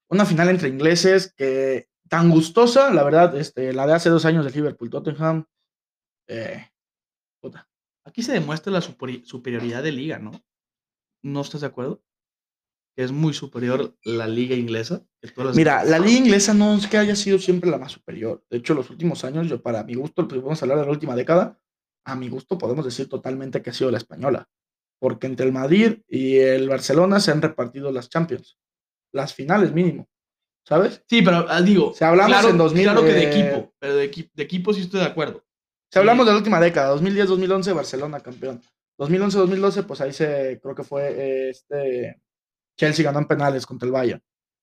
[SPEAKER 2] una final entre ingleses que tan gustosa, la verdad, este, la de hace dos años del Liverpool Tottenham. eh, puta.
[SPEAKER 3] Aquí se demuestra la superi- superioridad de liga, ¿no? ¿No estás de acuerdo? Que es muy superior la liga inglesa. que todas las-
[SPEAKER 2] Mira, la liga inglesa no es que haya sido siempre la más superior. De hecho, los últimos años, yo para mi gusto, pues, vamos a hablar de la última década, a mi gusto podemos decir totalmente que ha sido la española. Porque entre el Madrid y el Barcelona se han repartido las Champions. Las finales mínimo, ¿sabes?
[SPEAKER 3] Sí, pero ah, digo,
[SPEAKER 2] Si hablamos
[SPEAKER 3] claro,
[SPEAKER 2] en 2000,
[SPEAKER 3] claro que de
[SPEAKER 2] eh,
[SPEAKER 3] equipo, pero de, equi- de equipo sí estoy de acuerdo.
[SPEAKER 2] Si hablamos
[SPEAKER 3] Sí.
[SPEAKER 2] de la última década, 2010-2011, Barcelona campeón. 2011-2012, pues ahí se, creo que fue eh, este, Chelsea ganó en penales contra el Bayern.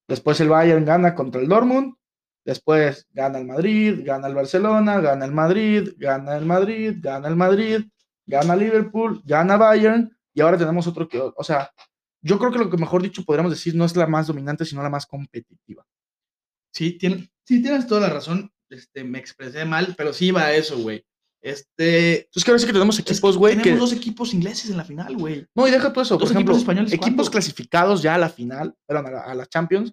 [SPEAKER 2] Después el Bayern gana contra el Dortmund. Después gana el Madrid, gana el Barcelona, gana el Madrid, gana el Madrid, gana el Madrid, gana Liverpool, gana Bayern. Y ahora tenemos otro que, o sea, yo creo que lo que mejor dicho podríamos decir no es la más dominante, sino la más competitiva.
[SPEAKER 3] Sí, tien- sí, tienes toda la razón. Este, me expresé mal, pero sí va a eso, güey. Este.
[SPEAKER 2] Entonces quiero decir que tenemos
[SPEAKER 3] es que
[SPEAKER 2] equipos, güey, que...
[SPEAKER 3] Tenemos dos equipos ingleses en la final, güey.
[SPEAKER 2] No, y deja todo eso. Por
[SPEAKER 3] Dos equipos
[SPEAKER 2] ejemplo, equipos,
[SPEAKER 3] españoles, ¿cuándo?
[SPEAKER 2] clasificados ya a la final, perdón, a la, a la Champions,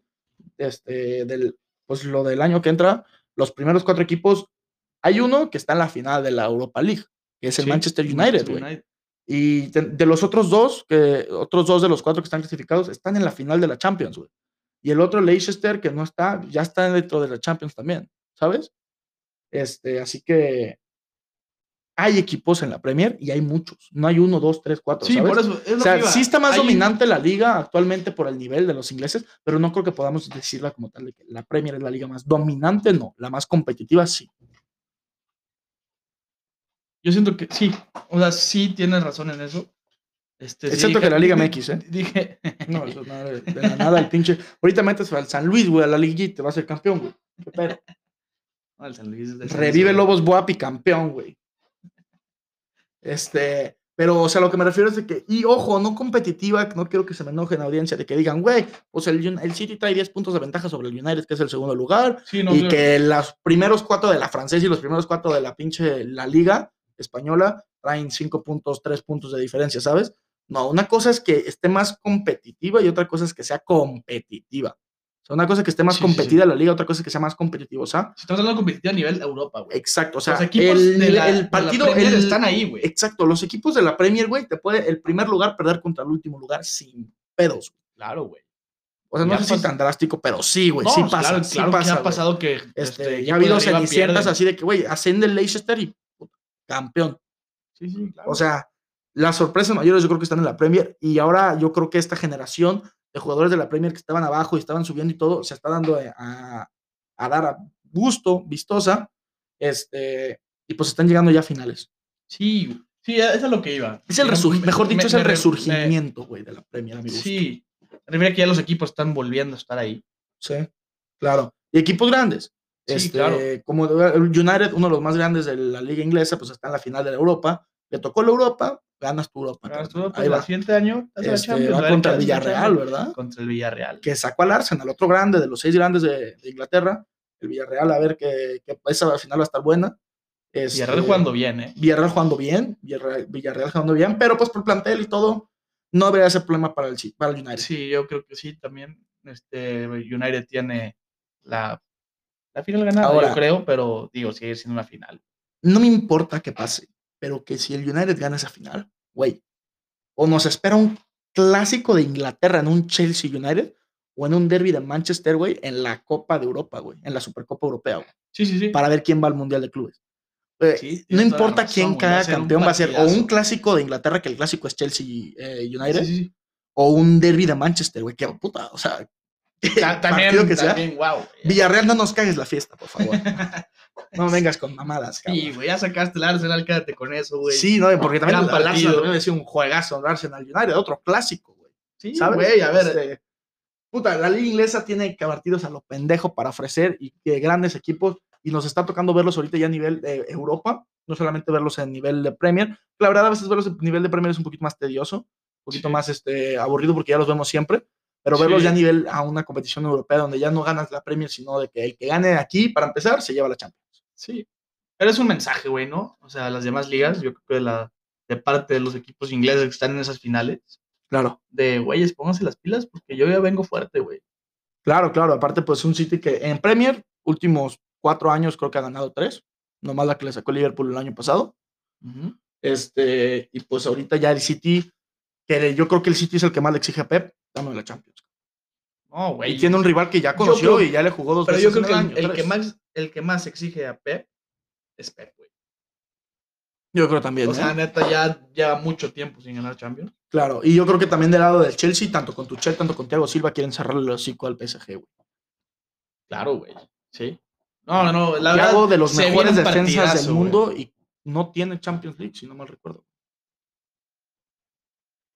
[SPEAKER 2] este, del, pues lo del año que entra, los primeros cuatro equipos, hay uno que está en la final de la Europa League, que es el
[SPEAKER 3] Sí,
[SPEAKER 2] Manchester United, güey.
[SPEAKER 3] United.
[SPEAKER 2] Y te- de los otros dos, que otros dos de los cuatro que están clasificados, están en la final de la Champions, güey. Y el otro, Leicester, que no está, ya está dentro de la Champions también, ¿sabes? Este, así que hay equipos en la Premier y hay muchos. No hay uno, dos, tres, cuatro.
[SPEAKER 3] Sí,
[SPEAKER 2] ¿sabes?
[SPEAKER 3] por eso. es lo
[SPEAKER 2] O sea,
[SPEAKER 3] que iba.
[SPEAKER 2] sí está más
[SPEAKER 3] Hay-
[SPEAKER 2] dominante la liga actualmente por el nivel de los ingleses, pero no creo que podamos decirla como tal de que la Premier es la liga más dominante, no, la más competitiva sí.
[SPEAKER 3] Yo siento que sí. O sea, sí tienes razón en eso. Este, sí
[SPEAKER 2] Excepto
[SPEAKER 3] dije-
[SPEAKER 2] que la Liga
[SPEAKER 3] di-
[SPEAKER 2] MX, ¿eh?
[SPEAKER 3] Dije.
[SPEAKER 2] No, eso es nada de, de la nada, el pinche. Ahorita metes al San Luis, güey, a la liguilla y te va a ser campeón, güey. Qué pedo.
[SPEAKER 3] No, el San Luis es de San Luis,
[SPEAKER 2] Revive
[SPEAKER 3] güey.
[SPEAKER 2] Lobos Buapi campeón, güey. Este, pero, o sea, lo que me refiero es de que, y ojo, no competitiva, no quiero que se me enoje en la audiencia de que digan, güey, o sea, el, Un- el City trae 10 puntos de ventaja sobre el United, que es el segundo lugar,
[SPEAKER 3] Sí, no,
[SPEAKER 2] y
[SPEAKER 3] claro.
[SPEAKER 2] que los primeros cuatro de la francesa y los primeros cuatro de la pinche la liga española traen cinco puntos, tres puntos de diferencia, ¿sabes? No, una cosa es que esté más competitiva y otra cosa es que sea competitiva. O sea, una cosa es que esté más
[SPEAKER 3] Sí, sí, sí.
[SPEAKER 2] competida la liga, otra cosa es que sea más competitiva. O sea,
[SPEAKER 3] Si estamos hablando de competitivo a nivel Europa, güey.
[SPEAKER 2] exacto. O sea,
[SPEAKER 3] Los equipos
[SPEAKER 2] el,
[SPEAKER 3] de la,
[SPEAKER 2] el
[SPEAKER 3] de la
[SPEAKER 2] partido.
[SPEAKER 3] Premier
[SPEAKER 2] el-
[SPEAKER 3] están ahí, güey.
[SPEAKER 2] Exacto, los equipos de la Premier, güey, te puede el primer lugar perder contra el último lugar sin pedos. güey.
[SPEAKER 3] Claro, güey.
[SPEAKER 2] O sea, no
[SPEAKER 3] Ya
[SPEAKER 2] sé si
[SPEAKER 3] pasa.
[SPEAKER 2] tan drástico, pero sí, güey,
[SPEAKER 3] No, pues,
[SPEAKER 2] sí pasa.
[SPEAKER 3] Claro,
[SPEAKER 2] sí
[SPEAKER 3] claro que
[SPEAKER 2] pasa,
[SPEAKER 3] ha
[SPEAKER 2] güey.
[SPEAKER 3] pasado que.
[SPEAKER 2] Este,
[SPEAKER 3] este,
[SPEAKER 2] ya ha habido
[SPEAKER 3] equipos de arriba
[SPEAKER 2] cenicientas
[SPEAKER 3] pierden.
[SPEAKER 2] así de que, güey, ascende el Leicester y puta, campeón.
[SPEAKER 3] Sí, sí, claro.
[SPEAKER 2] O sea, las sorpresas mayores yo creo que están en la Premier y ahora yo creo que esta generación de jugadores de la Premier que estaban abajo y estaban subiendo y todo, se está dando eh, a, a dar a gusto, vistosa, este, y pues están llegando ya a finales.
[SPEAKER 3] Sí, güey. sí, eso es a lo que iba.
[SPEAKER 2] Es el
[SPEAKER 3] Me-
[SPEAKER 2] resurgi-
[SPEAKER 3] me-
[SPEAKER 2] mejor dicho,
[SPEAKER 3] me-
[SPEAKER 2] es el
[SPEAKER 3] me re- me-
[SPEAKER 2] resurgimiento, güey, de la Premier, amigos.
[SPEAKER 3] Sí, me refiero a que ya los equipos están volviendo a estar ahí.
[SPEAKER 2] Sí, claro. Y equipos grandes.
[SPEAKER 3] Sí,
[SPEAKER 2] Este,
[SPEAKER 3] claro.
[SPEAKER 2] Como el United, uno de los más grandes de la liga inglesa, pues está en la final de la Europa. Le tocó la Europa, ganas tu Europa.
[SPEAKER 3] Ahora
[SPEAKER 2] carnal.
[SPEAKER 3] tú, pues,
[SPEAKER 2] Ah, Ahí
[SPEAKER 3] el
[SPEAKER 2] va.
[SPEAKER 3] siguiente año estás en la
[SPEAKER 2] Este,
[SPEAKER 3] Champions,
[SPEAKER 2] va
[SPEAKER 3] a ver
[SPEAKER 2] contra
[SPEAKER 3] qué
[SPEAKER 2] el
[SPEAKER 3] haces en la
[SPEAKER 2] Villarreal,
[SPEAKER 3] Champions.
[SPEAKER 2] ¿verdad?
[SPEAKER 3] Contra el Villarreal.
[SPEAKER 2] Que sacó al Arsenal, otro grande de los seis grandes de, de Inglaterra. El Villarreal, a ver que, que esa final va a estar buena. Este,
[SPEAKER 3] Villarreal jugando bien, ¿eh?
[SPEAKER 2] Villarreal jugando bien, Villarreal, Villarreal jugando bien, pero pues por plantel y todo, no debería ser problema para el, Chi- para el United.
[SPEAKER 3] Sí, yo creo que sí, también. Este, United tiene la, la final ganada,
[SPEAKER 2] Ahora-
[SPEAKER 3] yo creo, pero digo, sigue siendo una final.
[SPEAKER 2] no me importa que pase, pero que si el United gana esa final, güey, o nos espera un clásico de Inglaterra en un Chelsea United o en un derby de Manchester, güey, en la Copa de Europa, güey, en la Supercopa Europea, güey,
[SPEAKER 3] Sí, sí, sí.
[SPEAKER 2] para ver quién va al Mundial de Clubes. Eh,
[SPEAKER 3] Sí, tienes
[SPEAKER 2] no
[SPEAKER 3] toda la
[SPEAKER 2] importa
[SPEAKER 3] razón,
[SPEAKER 2] quién
[SPEAKER 3] güey, va a
[SPEAKER 2] cada
[SPEAKER 3] ser un
[SPEAKER 2] campeón va a ser o un
[SPEAKER 3] partidazo.
[SPEAKER 2] clásico de Inglaterra, que el clásico es Chelsea eh, United,
[SPEAKER 3] Sí, sí, sí.
[SPEAKER 2] o un derby de Manchester, güey, que puta, o sea,
[SPEAKER 3] Ta-
[SPEAKER 2] partido
[SPEAKER 3] También,
[SPEAKER 2] que sea.
[SPEAKER 3] también, wow.
[SPEAKER 2] Villarreal no nos cagues la fiesta, por favor. No vengas con mamadas, cabrón.
[SPEAKER 3] Sí, güey, ya sacaste el Arsenal, quédate con eso, güey.
[SPEAKER 2] Sí, no, porque también
[SPEAKER 3] gran
[SPEAKER 2] el Arsenal
[SPEAKER 3] partido.
[SPEAKER 2] también decía un juegazo el Arsenal United, otro clásico, güey.
[SPEAKER 3] Sí,
[SPEAKER 2] ¿sabes?
[SPEAKER 3] güey, a ver.
[SPEAKER 2] Este, puta, la liga inglesa tiene que partidos a lo pendejo para ofrecer y que grandes equipos y nos está tocando verlos ahorita ya a nivel de Europa, no solamente verlos en nivel de Premier. La verdad a veces verlos en nivel de Premier es un poquito más tedioso, un poquito
[SPEAKER 3] Sí.
[SPEAKER 2] más este aburrido porque ya los vemos siempre. Pero
[SPEAKER 3] Sí.
[SPEAKER 2] verlos ya a nivel a una competición europea donde ya no ganas la Premier, sino de que el que gane aquí, para empezar, se lleva la Champions.
[SPEAKER 3] Sí. Pero es un mensaje, güey, ¿no? O sea, las demás ligas, yo creo que de, la, de parte de los equipos ingleses que están en esas finales,
[SPEAKER 2] Claro.
[SPEAKER 3] de, güeyes, pónganse las pilas porque yo ya vengo fuerte, güey.
[SPEAKER 2] Claro, claro. Aparte, pues un City que en Premier, últimos cuatro años creo que ha ganado tres. Nomás la que le sacó Liverpool el año pasado.
[SPEAKER 3] Ujú.
[SPEAKER 2] Este, y pues ahorita ya el City, que yo creo que el City es el que más le exige a Pep, dame la Champions.
[SPEAKER 3] No,
[SPEAKER 2] y
[SPEAKER 3] güey.
[SPEAKER 2] tiene un rival que ya
[SPEAKER 3] yo
[SPEAKER 2] conoció
[SPEAKER 3] creo-
[SPEAKER 2] y ya le jugó dos
[SPEAKER 3] Pero
[SPEAKER 2] veces.
[SPEAKER 3] yo creo
[SPEAKER 2] en
[SPEAKER 3] que
[SPEAKER 2] el
[SPEAKER 3] el,
[SPEAKER 2] año,
[SPEAKER 3] el
[SPEAKER 2] tres.
[SPEAKER 3] que más, el que más exige a Pep es Pep, güey.
[SPEAKER 2] Yo creo también.
[SPEAKER 3] O sea,
[SPEAKER 2] ¿eh?
[SPEAKER 3] neta, ya lleva mucho tiempo sin ganar Champions.
[SPEAKER 2] Claro. Y yo creo que también del lado del Chelsea, tanto con Tuchel, tanto con Thiago Silva, quieren cerrarle el hocico al PSG, güey.
[SPEAKER 3] Claro, güey. Sí. No, no, la verdad.
[SPEAKER 2] Thiago de los
[SPEAKER 3] se viene
[SPEAKER 2] mejores
[SPEAKER 3] un
[SPEAKER 2] defensas
[SPEAKER 3] partidazo,
[SPEAKER 2] del
[SPEAKER 3] güey.
[SPEAKER 2] mundo y no tiene Champions League, si no mal recuerdo.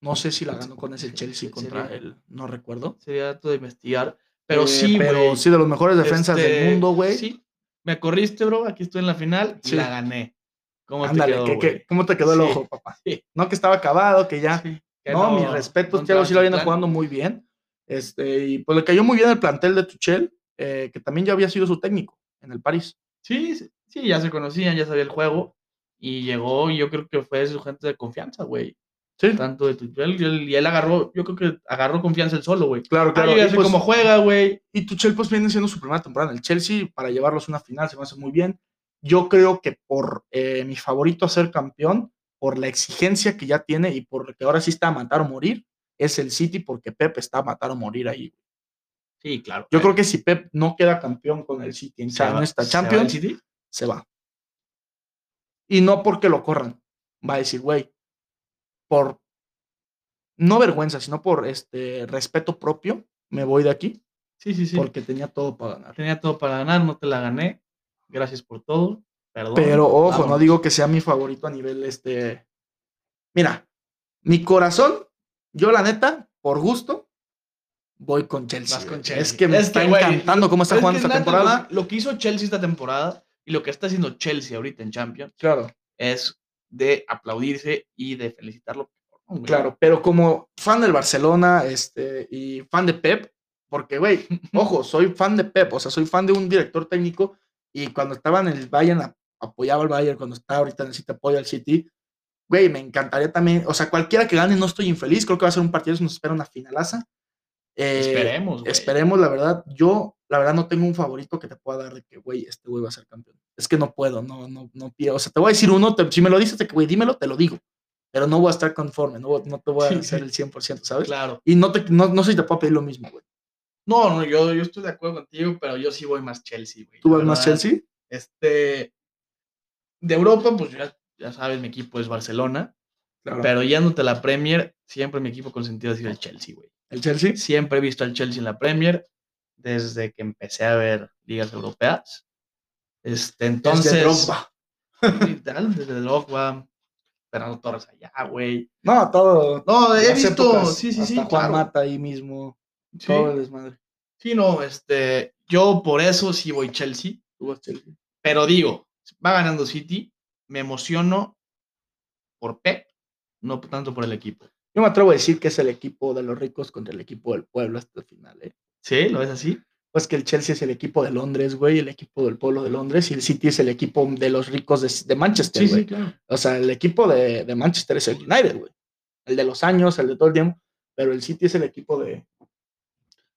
[SPEAKER 2] No sé si la ganó con ese Chelsea
[SPEAKER 3] ¿En
[SPEAKER 2] contra
[SPEAKER 3] serio?
[SPEAKER 2] él, no recuerdo.
[SPEAKER 3] Sería dato de investigar. Pero
[SPEAKER 2] Eh,
[SPEAKER 3] sí, güey.
[SPEAKER 2] Pero sí, de los mejores defensas
[SPEAKER 3] Este,
[SPEAKER 2] del mundo, güey.
[SPEAKER 3] Sí. Me corriste, bro. Aquí estoy en la final. y
[SPEAKER 2] Sí.
[SPEAKER 3] La gané. ¿Cómo
[SPEAKER 2] Ándale,
[SPEAKER 3] te quedó,
[SPEAKER 2] que- que-
[SPEAKER 3] güey?
[SPEAKER 2] ¿cómo te quedó el
[SPEAKER 3] Sí.
[SPEAKER 2] ojo, papá?
[SPEAKER 3] Sí.
[SPEAKER 2] No que estaba acabado, que ya.
[SPEAKER 3] Sí, que
[SPEAKER 2] No, mis respetos, Thiago sí la
[SPEAKER 3] entraba en
[SPEAKER 2] viene
[SPEAKER 3] su plan.
[SPEAKER 2] jugando muy bien. Este, y pues le cayó muy bien el plantel de Tuchel, eh, que también ya había sido su técnico en el París.
[SPEAKER 3] Sí, sí, sí, ya se conocían, ya sabía el juego. Y llegó, y yo creo que fue su gente de confianza, güey.
[SPEAKER 2] Sí,
[SPEAKER 3] Tanto de Tuchel, y él, y él agarró, yo creo que agarró confianza él solo, güey.
[SPEAKER 2] claro, claro.
[SPEAKER 3] Claro, yo ya
[SPEAKER 2] Y,
[SPEAKER 3] sé
[SPEAKER 2] pues,
[SPEAKER 3] cómo juega, güey.
[SPEAKER 2] Y Tuchel pues viene siendo su primera temporada en el Chelsea para llevarlos a una final, se me hace muy bien. Yo creo que por eh, mi favorito a ser campeón, por la exigencia que ya tiene y por que ahora sí está a matar o morir, es el City porque Pep está a matar o morir ahí.
[SPEAKER 3] Sí, claro.
[SPEAKER 2] Yo creo que si Pep no queda campeón con el City en, en esta Champions,
[SPEAKER 3] ¿Se va el City?
[SPEAKER 2] se va. Y no porque lo corran. Va a decir, güey, por no vergüenza, sino por este respeto propio, me voy de aquí
[SPEAKER 3] Sí, sí, sí.
[SPEAKER 2] porque tenía todo para ganar.
[SPEAKER 3] Tenía todo para ganar, no te la gané. Gracias por todo. Perdón.
[SPEAKER 2] Pero ojo, no
[SPEAKER 3] vámonos.
[SPEAKER 2] digo que sea mi favorito a nivel este. Mira, mi corazón, yo la neta, por gusto, voy con Chelsea.
[SPEAKER 3] Vas con
[SPEAKER 2] güey. Es
[SPEAKER 3] Chelsea.
[SPEAKER 2] que me
[SPEAKER 3] Es
[SPEAKER 2] está
[SPEAKER 3] que, güey,
[SPEAKER 2] encantando cómo está
[SPEAKER 3] Es
[SPEAKER 2] jugando
[SPEAKER 3] que
[SPEAKER 2] esta
[SPEAKER 3] neta,
[SPEAKER 2] temporada.
[SPEAKER 3] Lo, lo que hizo Chelsea esta temporada y lo que está haciendo Chelsea ahorita en Champions
[SPEAKER 2] Claro,
[SPEAKER 3] es de aplaudirse y de felicitarlo. güey.
[SPEAKER 2] claro. Pero como fan del Barcelona este, y fan de Pep, porque, güey, ojo, soy fan de Pep, o sea, soy fan de un director técnico y cuando estaba en el Bayern a- apoyaba al Bayern, cuando está ahorita en el City apoya al City. Güey, me encantaría también, o sea, cualquiera que gane no estoy infeliz, creo que va a ser un partido, nos espera una finalaza. Eh,
[SPEAKER 3] Esperemos, güey.
[SPEAKER 2] esperemos, la verdad, yo la verdad no tengo un favorito que te pueda dar de que, güey, este güey va a ser campeón. Es que no puedo, no, no, no pido. O sea, te voy a decir uno, te- si me lo dices, de que, güey, dímelo, te lo digo. Pero no voy a estar conforme, no, voy- no te voy
[SPEAKER 3] Sí,
[SPEAKER 2] a hacer el 100%, ¿sabes?
[SPEAKER 3] Claro.
[SPEAKER 2] Y no, te, no, no sé si te puedo pedir lo mismo, güey.
[SPEAKER 3] No, no, yo, yo estoy de acuerdo contigo, pero yo sí voy más Chelsea, güey.
[SPEAKER 2] ¿Tú
[SPEAKER 3] la
[SPEAKER 2] vas más
[SPEAKER 3] verdad.
[SPEAKER 2] Chelsea?
[SPEAKER 3] Este. De Europa, pues ya, ya sabes, mi equipo es Barcelona.
[SPEAKER 2] Claro.
[SPEAKER 3] Pero yéndote a la Premier, siempre mi equipo consentido ha sido el Chelsea, güey.
[SPEAKER 2] ¿El Chelsea? Este,
[SPEAKER 3] Siempre he visto al Chelsea en la Premier desde que empecé a ver ligas europeas. Este, entonces.
[SPEAKER 2] Desde Drogba.
[SPEAKER 3] Literal, desde Drogba, Fernando Torres allá, güey.
[SPEAKER 2] No, todo.
[SPEAKER 3] No, he
[SPEAKER 2] las
[SPEAKER 3] visto.
[SPEAKER 2] épocas,
[SPEAKER 3] sí, sí,
[SPEAKER 2] hasta
[SPEAKER 3] sí.
[SPEAKER 2] Juan
[SPEAKER 3] claro.
[SPEAKER 2] Mata ahí mismo.
[SPEAKER 3] Sí,
[SPEAKER 2] Todo el desmadre.
[SPEAKER 3] sí, no, este. Yo por eso sí voy Chelsea.
[SPEAKER 2] Tú vas Chelsea.
[SPEAKER 3] Pero digo, va ganando City. Me emociono por Pep, no tanto por el equipo.
[SPEAKER 2] Yo me atrevo a decir que es el equipo de los ricos contra el equipo del pueblo hasta el final, ¿eh?
[SPEAKER 3] ¿Sí? ¿Lo ves así?
[SPEAKER 2] Pues que el Chelsea es el equipo de Londres, güey, el equipo del pueblo de Londres y el City es el equipo de los ricos de, de
[SPEAKER 3] Este
[SPEAKER 2] Manchester, güey.
[SPEAKER 3] claro.
[SPEAKER 2] O sea, el equipo de, de Manchester es el United, güey. El de los años, el de todo el tiempo. Pero el City es el equipo de.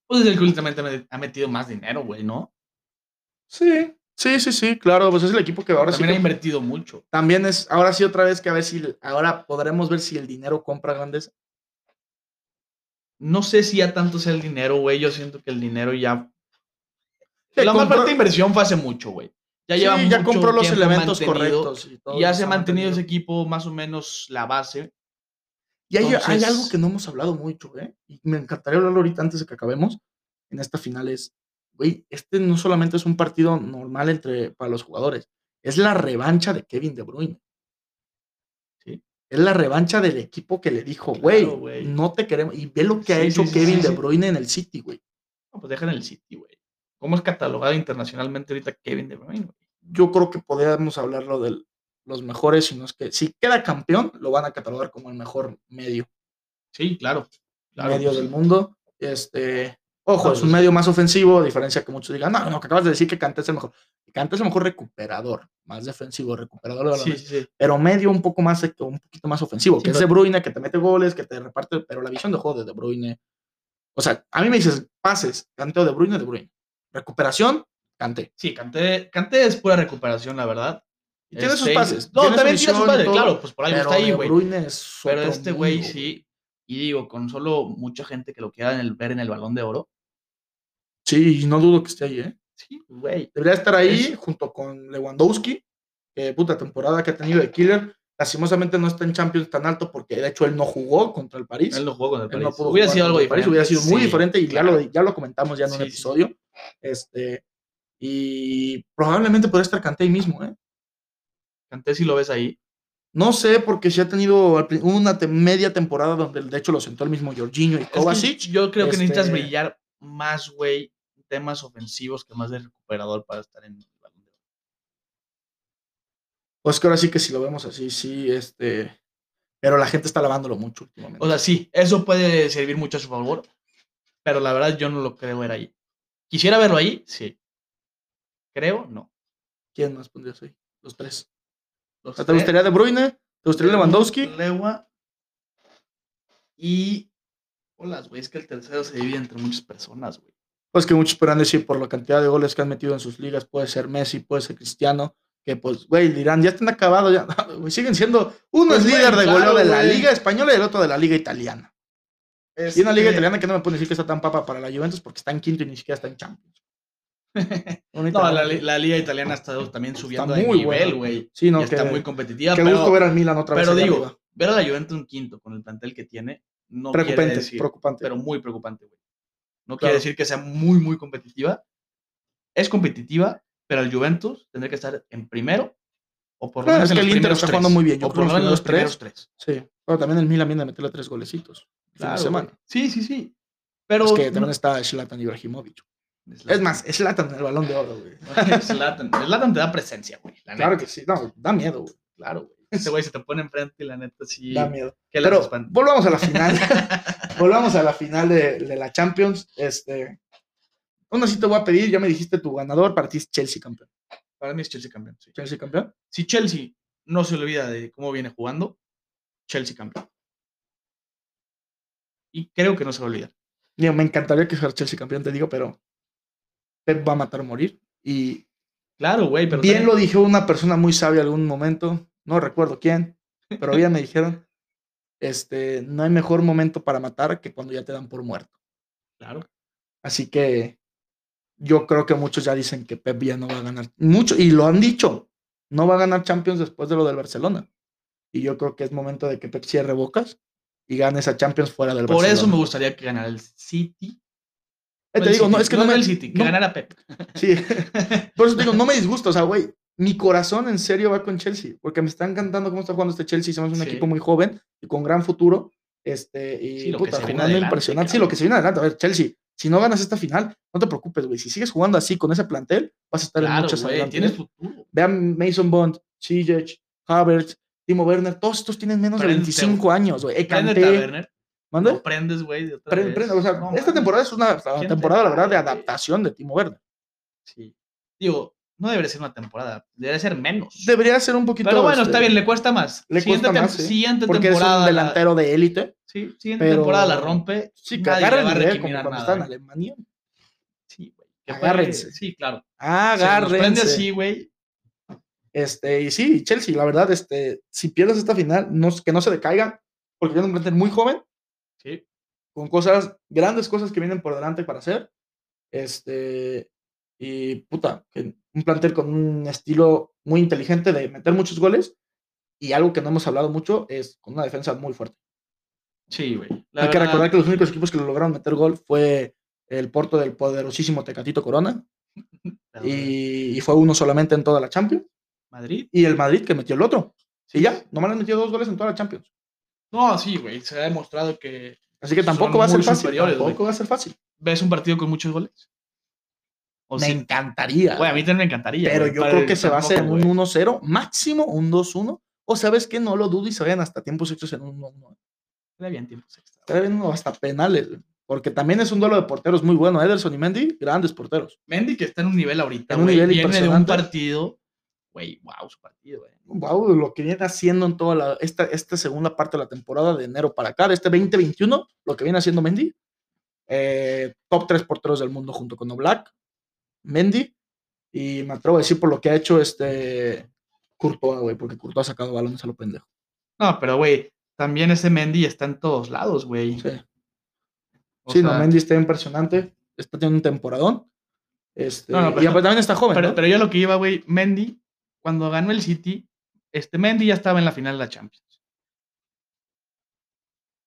[SPEAKER 3] Pues es el que últimamente me- ha metido más dinero, güey, ¿no?
[SPEAKER 2] Sí, sí, sí, sí, claro. Pues es el equipo que ahora sí.
[SPEAKER 3] También
[SPEAKER 2] que-
[SPEAKER 3] ha invertido mucho.
[SPEAKER 2] También es, ahora sí otra vez que a ver si, ahora podremos ver si el dinero compra grandes.
[SPEAKER 3] No sé si ya tanto sea el dinero, güey. Yo siento que el dinero ya.
[SPEAKER 2] Sí,
[SPEAKER 3] la mayor
[SPEAKER 2] compró-
[SPEAKER 3] parte de inversión fue hace mucho, güey. Ya
[SPEAKER 2] sí,
[SPEAKER 3] lleva
[SPEAKER 2] ya
[SPEAKER 3] mucho
[SPEAKER 2] compró los
[SPEAKER 3] tiempo
[SPEAKER 2] elementos
[SPEAKER 3] mantenido
[SPEAKER 2] correctos. Y, todo
[SPEAKER 3] Y ya
[SPEAKER 2] los
[SPEAKER 3] se ha mantenido ese
[SPEAKER 2] mantenido.
[SPEAKER 3] equipo, más o menos la base.
[SPEAKER 2] Y hay, hay
[SPEAKER 3] Entonces-
[SPEAKER 2] algo que no hemos hablado mucho, ¿eh? Y me encantaría hablarlo ahorita antes de que acabemos en esta final es, güey, este no solamente es un partido normal entre, para los jugadores, es la revancha de Kevin De Bruyne. ¿Sí? Es la revancha del equipo que le dijo, güey,
[SPEAKER 3] Claro, güey.
[SPEAKER 2] no te queremos. Y ve lo que ha
[SPEAKER 3] Sí,
[SPEAKER 2] hecho
[SPEAKER 3] sí, sí,
[SPEAKER 2] Kevin De
[SPEAKER 3] sí, sí.
[SPEAKER 2] Bruyne en el City, güey.
[SPEAKER 3] No, pues deja en el City, güey. ¿Cómo es catalogado internacionalmente ahorita Kevin De Bruyne, güey?
[SPEAKER 2] Yo creo que podríamos hablarlo de los mejores, si no es que si queda campeón, lo van a catalogar como el mejor medio,
[SPEAKER 3] Sí, claro. claro
[SPEAKER 2] medio
[SPEAKER 3] pues,
[SPEAKER 2] del mundo. Este, ojo,
[SPEAKER 3] No,
[SPEAKER 2] es un
[SPEAKER 3] pues-
[SPEAKER 2] medio más ofensivo, a diferencia que muchos digan, no, no, que acabas de decir que Kanté es el mejor. Kanté es el mejor recuperador, más defensivo, recuperador de
[SPEAKER 3] Sí,
[SPEAKER 2] balones.
[SPEAKER 3] sí, sí.
[SPEAKER 2] pero medio un poco más, este, un poquito más ofensivo,
[SPEAKER 3] Sí,
[SPEAKER 2] que es De
[SPEAKER 3] pero-
[SPEAKER 2] Bruyne, que te mete goles, que te reparte, pero la visión de juego de De Bruyne. O sea, a mí me dices pases, canteo De Bruyne, De Bruyne. Recuperación, cante.
[SPEAKER 3] Sí, Kanté, Kanté es pura recuperación, la verdad.
[SPEAKER 2] Y tiene sus
[SPEAKER 3] Este,
[SPEAKER 2] pases,
[SPEAKER 3] No,
[SPEAKER 2] tiene su
[SPEAKER 3] también tiene sus
[SPEAKER 2] visión y
[SPEAKER 3] pases,
[SPEAKER 2] todo,
[SPEAKER 3] claro, pues por algo
[SPEAKER 2] Pero
[SPEAKER 3] está ahí,
[SPEAKER 2] De
[SPEAKER 3] güey.
[SPEAKER 2] Bruyne es
[SPEAKER 3] Pero
[SPEAKER 2] otro
[SPEAKER 3] este güey
[SPEAKER 2] mundo,
[SPEAKER 3] sí. Y digo, con solo mucha gente que lo quiera en el- ver en el balón de oro.
[SPEAKER 2] Sí, y no dudo que esté ahí, ¿eh?
[SPEAKER 3] Sí, güey.
[SPEAKER 2] Debería estar ahí
[SPEAKER 3] Es-
[SPEAKER 2] junto con Lewandowski, que puta temporada que ha tenido de killer. Lastimosamente no está en Champions tan alto porque de hecho él no jugó contra el París.
[SPEAKER 3] Él no jugó con el
[SPEAKER 2] Él
[SPEAKER 3] París.
[SPEAKER 2] no pudo
[SPEAKER 3] hubiera
[SPEAKER 2] jugar
[SPEAKER 3] sido algo
[SPEAKER 2] contra el
[SPEAKER 3] diferente.
[SPEAKER 2] París, hubiera sido muy
[SPEAKER 3] sí,
[SPEAKER 2] diferente y
[SPEAKER 3] claro.
[SPEAKER 2] ya, lo, ya lo comentamos ya en un
[SPEAKER 3] Sí, sí, sí.
[SPEAKER 2] episodio. Este, y probablemente podría estar Kanté ahí mismo, ¿eh?
[SPEAKER 3] Kanté sí lo ves ahí.
[SPEAKER 2] No sé, porque si ha tenido al pri- una te- media temporada donde de hecho lo sentó el mismo Jorginho y
[SPEAKER 3] Es que
[SPEAKER 2] Kovacic.
[SPEAKER 3] yo creo que necesitas
[SPEAKER 2] este-
[SPEAKER 3] brillar más, güey, en temas ofensivos que más de recuperador para estar en el balón de oro.
[SPEAKER 2] Pues que ahora sí que si lo vemos así, sí, este. Pero la gente está lavándolo mucho últimamente.
[SPEAKER 3] O sea, sí, eso puede servir mucho a su favor, pero la verdad yo no lo creo ver ahí. ¿Quisiera verlo ahí? Sí. Creo, no.
[SPEAKER 2] ¿Quién más pondrías ahí? Los tres.
[SPEAKER 3] Los
[SPEAKER 2] O sea, ¿Te
[SPEAKER 3] tres-
[SPEAKER 2] gustaría De Bruyne? ¿Te gustaría Lewandowski?
[SPEAKER 3] Lewa. Y. Hola, güey, es que el tercero se divide entre muchas personas, güey.
[SPEAKER 2] Pues que muchos podrán decir por la cantidad de goles que han metido en sus ligas, puede ser Messi, puede ser Cristiano, que pues, güey, dirán, ya están acabados, ya, güey, siguen siendo, uno
[SPEAKER 3] Pues,
[SPEAKER 2] es
[SPEAKER 3] güey,
[SPEAKER 2] líder de goleo
[SPEAKER 3] claro,
[SPEAKER 2] de la
[SPEAKER 3] güey.
[SPEAKER 2] liga española y el otro de la liga italiana. Y una liga
[SPEAKER 3] Este,
[SPEAKER 2] italiana que no me pueden decir que está tan papa para la Juventus porque está en quinto y ni siquiera está en Champions. Una
[SPEAKER 3] No,
[SPEAKER 2] italiana
[SPEAKER 3] la,
[SPEAKER 2] que-
[SPEAKER 3] li- la liga italiana está también subiendo de
[SPEAKER 2] muy buena.
[SPEAKER 3] nivel, güey.
[SPEAKER 2] Sí,
[SPEAKER 3] Y
[SPEAKER 2] no,
[SPEAKER 3] Está
[SPEAKER 2] que,
[SPEAKER 3] muy competitiva,
[SPEAKER 2] qué
[SPEAKER 3] pero,
[SPEAKER 2] gusto ver al Milan otra vez.
[SPEAKER 3] pero
[SPEAKER 2] allá
[SPEAKER 3] digo,
[SPEAKER 2] arriba.
[SPEAKER 3] ver a la Juventus en quinto con el plantel que tiene no quiere
[SPEAKER 2] preocupante,
[SPEAKER 3] decir,
[SPEAKER 2] preocupante.
[SPEAKER 3] pero muy preocupante, güey. No
[SPEAKER 2] Claro.
[SPEAKER 3] quiere decir que sea muy, muy competitiva. Es competitiva, pero el Juventus tendría que estar en primero o por lo
[SPEAKER 2] No, es
[SPEAKER 3] menos en
[SPEAKER 2] que
[SPEAKER 3] los
[SPEAKER 2] el Inter
[SPEAKER 3] primeros
[SPEAKER 2] está
[SPEAKER 3] tres,
[SPEAKER 2] jugando muy bien. Yo
[SPEAKER 3] o
[SPEAKER 2] creo
[SPEAKER 3] por lo
[SPEAKER 2] que
[SPEAKER 3] menos en
[SPEAKER 2] los
[SPEAKER 3] los primeros tres.
[SPEAKER 2] Sí, pero también el Milan viene a meterle tres golecitos. el fin de
[SPEAKER 3] Claro,
[SPEAKER 2] semana.
[SPEAKER 3] güey. Sí, sí, sí. Pero
[SPEAKER 2] Es que también está Zlatan Ibrahimovic. Es
[SPEAKER 3] Zlatan.
[SPEAKER 2] más, eh. es Latan el balón de oro, güey.
[SPEAKER 3] Zlatan. Zlatan te da presencia, güey. la
[SPEAKER 2] Claro
[SPEAKER 3] neta.
[SPEAKER 2] que sí, no, da miedo, güey.
[SPEAKER 3] Claro, güey. Ese güey se te pone enfrente y la neta sí.
[SPEAKER 2] Da miedo.
[SPEAKER 3] que la
[SPEAKER 2] Pero
[SPEAKER 3] suspan-
[SPEAKER 2] volvamos a la final. volvamos a la final de, de la Champions. Este, aún así te voy a pedir, ya me dijiste tu ganador, para ti es Chelsea campeón.
[SPEAKER 3] Para mí es Chelsea campeón. sí.
[SPEAKER 2] Chelsea campeón.
[SPEAKER 3] Si Chelsea no se olvida de cómo viene jugando, Chelsea campeón. Y creo que no se va a olvidar.
[SPEAKER 2] Digo, me encantaría que fuera Chelsea campeón, te digo, pero Pep va a matar o morir. Y
[SPEAKER 3] Claro, güey, pero.
[SPEAKER 2] bien
[SPEAKER 3] también-
[SPEAKER 2] lo dijo una persona muy sabia algún momento, no recuerdo quién, pero ya me dijeron, este, no hay mejor momento para matar que cuando ya te dan por muerto.
[SPEAKER 3] Claro.
[SPEAKER 2] Así que yo creo que muchos ya dicen que Pep ya no va a ganar. Mucho, y lo han dicho, no va a ganar Champions después de lo del Barcelona. Y yo creo que es momento de que Pep cierre bocas y gane esa Champions fuera del
[SPEAKER 3] Por
[SPEAKER 2] Barcelona.
[SPEAKER 3] eso me gustaría que ganara el City.
[SPEAKER 2] Eh,
[SPEAKER 3] o
[SPEAKER 2] te
[SPEAKER 3] el
[SPEAKER 2] digo, no,
[SPEAKER 3] City,
[SPEAKER 2] es que no, me,
[SPEAKER 3] el City, que
[SPEAKER 2] no-
[SPEAKER 3] ganara Pep.
[SPEAKER 2] sí. Por eso te digo, no me disgusta, o sea, güey, mi corazón en serio va con Chelsea, porque me está encantando cómo está jugando este Chelsea, somos un
[SPEAKER 3] Sí.
[SPEAKER 2] equipo muy joven y con gran futuro, este, y
[SPEAKER 3] Sí, lo que
[SPEAKER 2] puta,
[SPEAKER 3] se viene
[SPEAKER 2] jugando
[SPEAKER 3] adelante,
[SPEAKER 2] impresionante, sí,
[SPEAKER 3] claro.
[SPEAKER 2] lo que se viene adelante, a ver, Chelsea, si no ganas esta final, no te preocupes, güey, si sigues jugando así con ese plantel, vas a estar en
[SPEAKER 3] Claro,
[SPEAKER 2] muchas
[SPEAKER 3] güey,
[SPEAKER 2] adelante,
[SPEAKER 3] tienes
[SPEAKER 2] ¿eh?
[SPEAKER 3] futuro.
[SPEAKER 2] Vean Mason Bond, Ziyech, Havertz, Timo Werner, todos estos tienen menos de
[SPEAKER 3] Préndete,
[SPEAKER 2] 25 años, güey,
[SPEAKER 3] Préndete a
[SPEAKER 2] Ekanté,
[SPEAKER 3] Werner.
[SPEAKER 2] ¿mande?
[SPEAKER 3] No prendes, güey. de otra
[SPEAKER 2] Pre-
[SPEAKER 3] vez.
[SPEAKER 2] prende, o sea,
[SPEAKER 3] No
[SPEAKER 2] esta
[SPEAKER 3] mames.
[SPEAKER 2] temporada es una
[SPEAKER 3] ¿Quién te
[SPEAKER 2] temporada, la verdad, de
[SPEAKER 3] sabe, güey?
[SPEAKER 2] adaptación de Timo Werner.
[SPEAKER 3] Sí. Digo, no debería ser una temporada. Debería ser menos.
[SPEAKER 2] Debería ser un poquito...
[SPEAKER 3] Pero bueno,
[SPEAKER 2] este,
[SPEAKER 3] está bien, le cuesta más.
[SPEAKER 2] le
[SPEAKER 3] siguiente
[SPEAKER 2] cuesta
[SPEAKER 3] tem-
[SPEAKER 2] más, sí,
[SPEAKER 3] siguiente
[SPEAKER 2] porque es
[SPEAKER 3] temporada.
[SPEAKER 2] un
[SPEAKER 3] la-
[SPEAKER 2] delantero de élite.
[SPEAKER 3] sí, siguiente
[SPEAKER 2] pero-
[SPEAKER 3] temporada la rompe.
[SPEAKER 2] Sí, que
[SPEAKER 3] nadie le
[SPEAKER 2] agarren
[SPEAKER 3] va a
[SPEAKER 2] el nivel como
[SPEAKER 3] recriminar
[SPEAKER 2] cuando
[SPEAKER 3] nada,
[SPEAKER 2] está
[SPEAKER 3] ¿eh?
[SPEAKER 2] en
[SPEAKER 3] güey.
[SPEAKER 2] Alemania.
[SPEAKER 3] Sí, güey. que fue-
[SPEAKER 2] Agárrense.
[SPEAKER 3] Sí, claro. Se nos prende
[SPEAKER 2] Ah, Agárrense.
[SPEAKER 3] así, güey.
[SPEAKER 2] Este, y sí, Chelsea, la verdad, este, si pierdes esta final, no, que no se decaigan, porque tienen un plantel muy joven,
[SPEAKER 3] Sí.
[SPEAKER 2] con cosas, grandes cosas que vienen por delante para hacer. Este, y puta, que un plantel con un estilo muy inteligente de meter muchos goles. Y algo que no hemos hablado mucho es con una defensa muy fuerte.
[SPEAKER 3] Sí, güey.
[SPEAKER 2] Hay que recordar que los únicos equipos que lo lograron meter gol fue el Porto del poderosísimo Tecatito Corona. Y, y fue uno solamente en toda la Champions.
[SPEAKER 3] Madrid.
[SPEAKER 2] Y el Madrid que metió el otro. Y ya, nomás le metió dos goles en toda la Champions.
[SPEAKER 3] No, sí, güey. Se ha demostrado que
[SPEAKER 2] Así que
[SPEAKER 3] Son
[SPEAKER 2] tampoco va a ser
[SPEAKER 3] muy
[SPEAKER 2] fácil.
[SPEAKER 3] superiores,
[SPEAKER 2] Tampoco
[SPEAKER 3] güey.
[SPEAKER 2] va a ser fácil.
[SPEAKER 3] ves un partido con muchos goles. O
[SPEAKER 2] Me
[SPEAKER 3] sí.
[SPEAKER 2] encantaría.
[SPEAKER 3] Güey, a mí también me encantaría.
[SPEAKER 2] pero
[SPEAKER 3] güey,
[SPEAKER 2] yo
[SPEAKER 3] para
[SPEAKER 2] creo
[SPEAKER 3] el-
[SPEAKER 2] que se va a hacer
[SPEAKER 3] tampoco,
[SPEAKER 2] un
[SPEAKER 3] güey.
[SPEAKER 2] 1-0, máximo un 2-1. O sabes que no lo dudo y se vayan hasta tiempos extras en un 1-1.
[SPEAKER 3] Era bien tiempo sexta.
[SPEAKER 2] Estaría viendo hasta penales, güey, porque también es un duelo de porteros muy bueno. Ederson y Mendy, grandes porteros.
[SPEAKER 3] Mendy que está en un nivel ahorita,
[SPEAKER 2] En un
[SPEAKER 3] güey.
[SPEAKER 2] nivel
[SPEAKER 3] Viene de un
[SPEAKER 2] impresionante.
[SPEAKER 3] partido. Güey, wow, su partido, güey.
[SPEAKER 2] Wow, lo que viene haciendo en toda la, esta, esta segunda parte de la temporada de enero para acá, de este 2021, lo que viene haciendo Mendy. eh, top 3 porteros del mundo junto con Oblak, Mendy, y me atrevo a decir por lo que ha hecho este Courtois, güey, porque Courtois ha sacado balones a lo pendejo.
[SPEAKER 3] No, pero, güey, también ese Mendy está en todos lados, güey.
[SPEAKER 2] Sí.
[SPEAKER 3] O
[SPEAKER 2] sí, no,
[SPEAKER 3] sea,
[SPEAKER 2] Mendy está impresionante. Está teniendo un temporadón. Este,
[SPEAKER 3] No, no,
[SPEAKER 2] y
[SPEAKER 3] pero está-
[SPEAKER 2] aparte también está joven.
[SPEAKER 3] Pero,
[SPEAKER 2] ¿no?
[SPEAKER 3] pero yo lo que iba, güey, Mendy, cuando ganó el City, este Mendy ya estaba en la final de la Champions.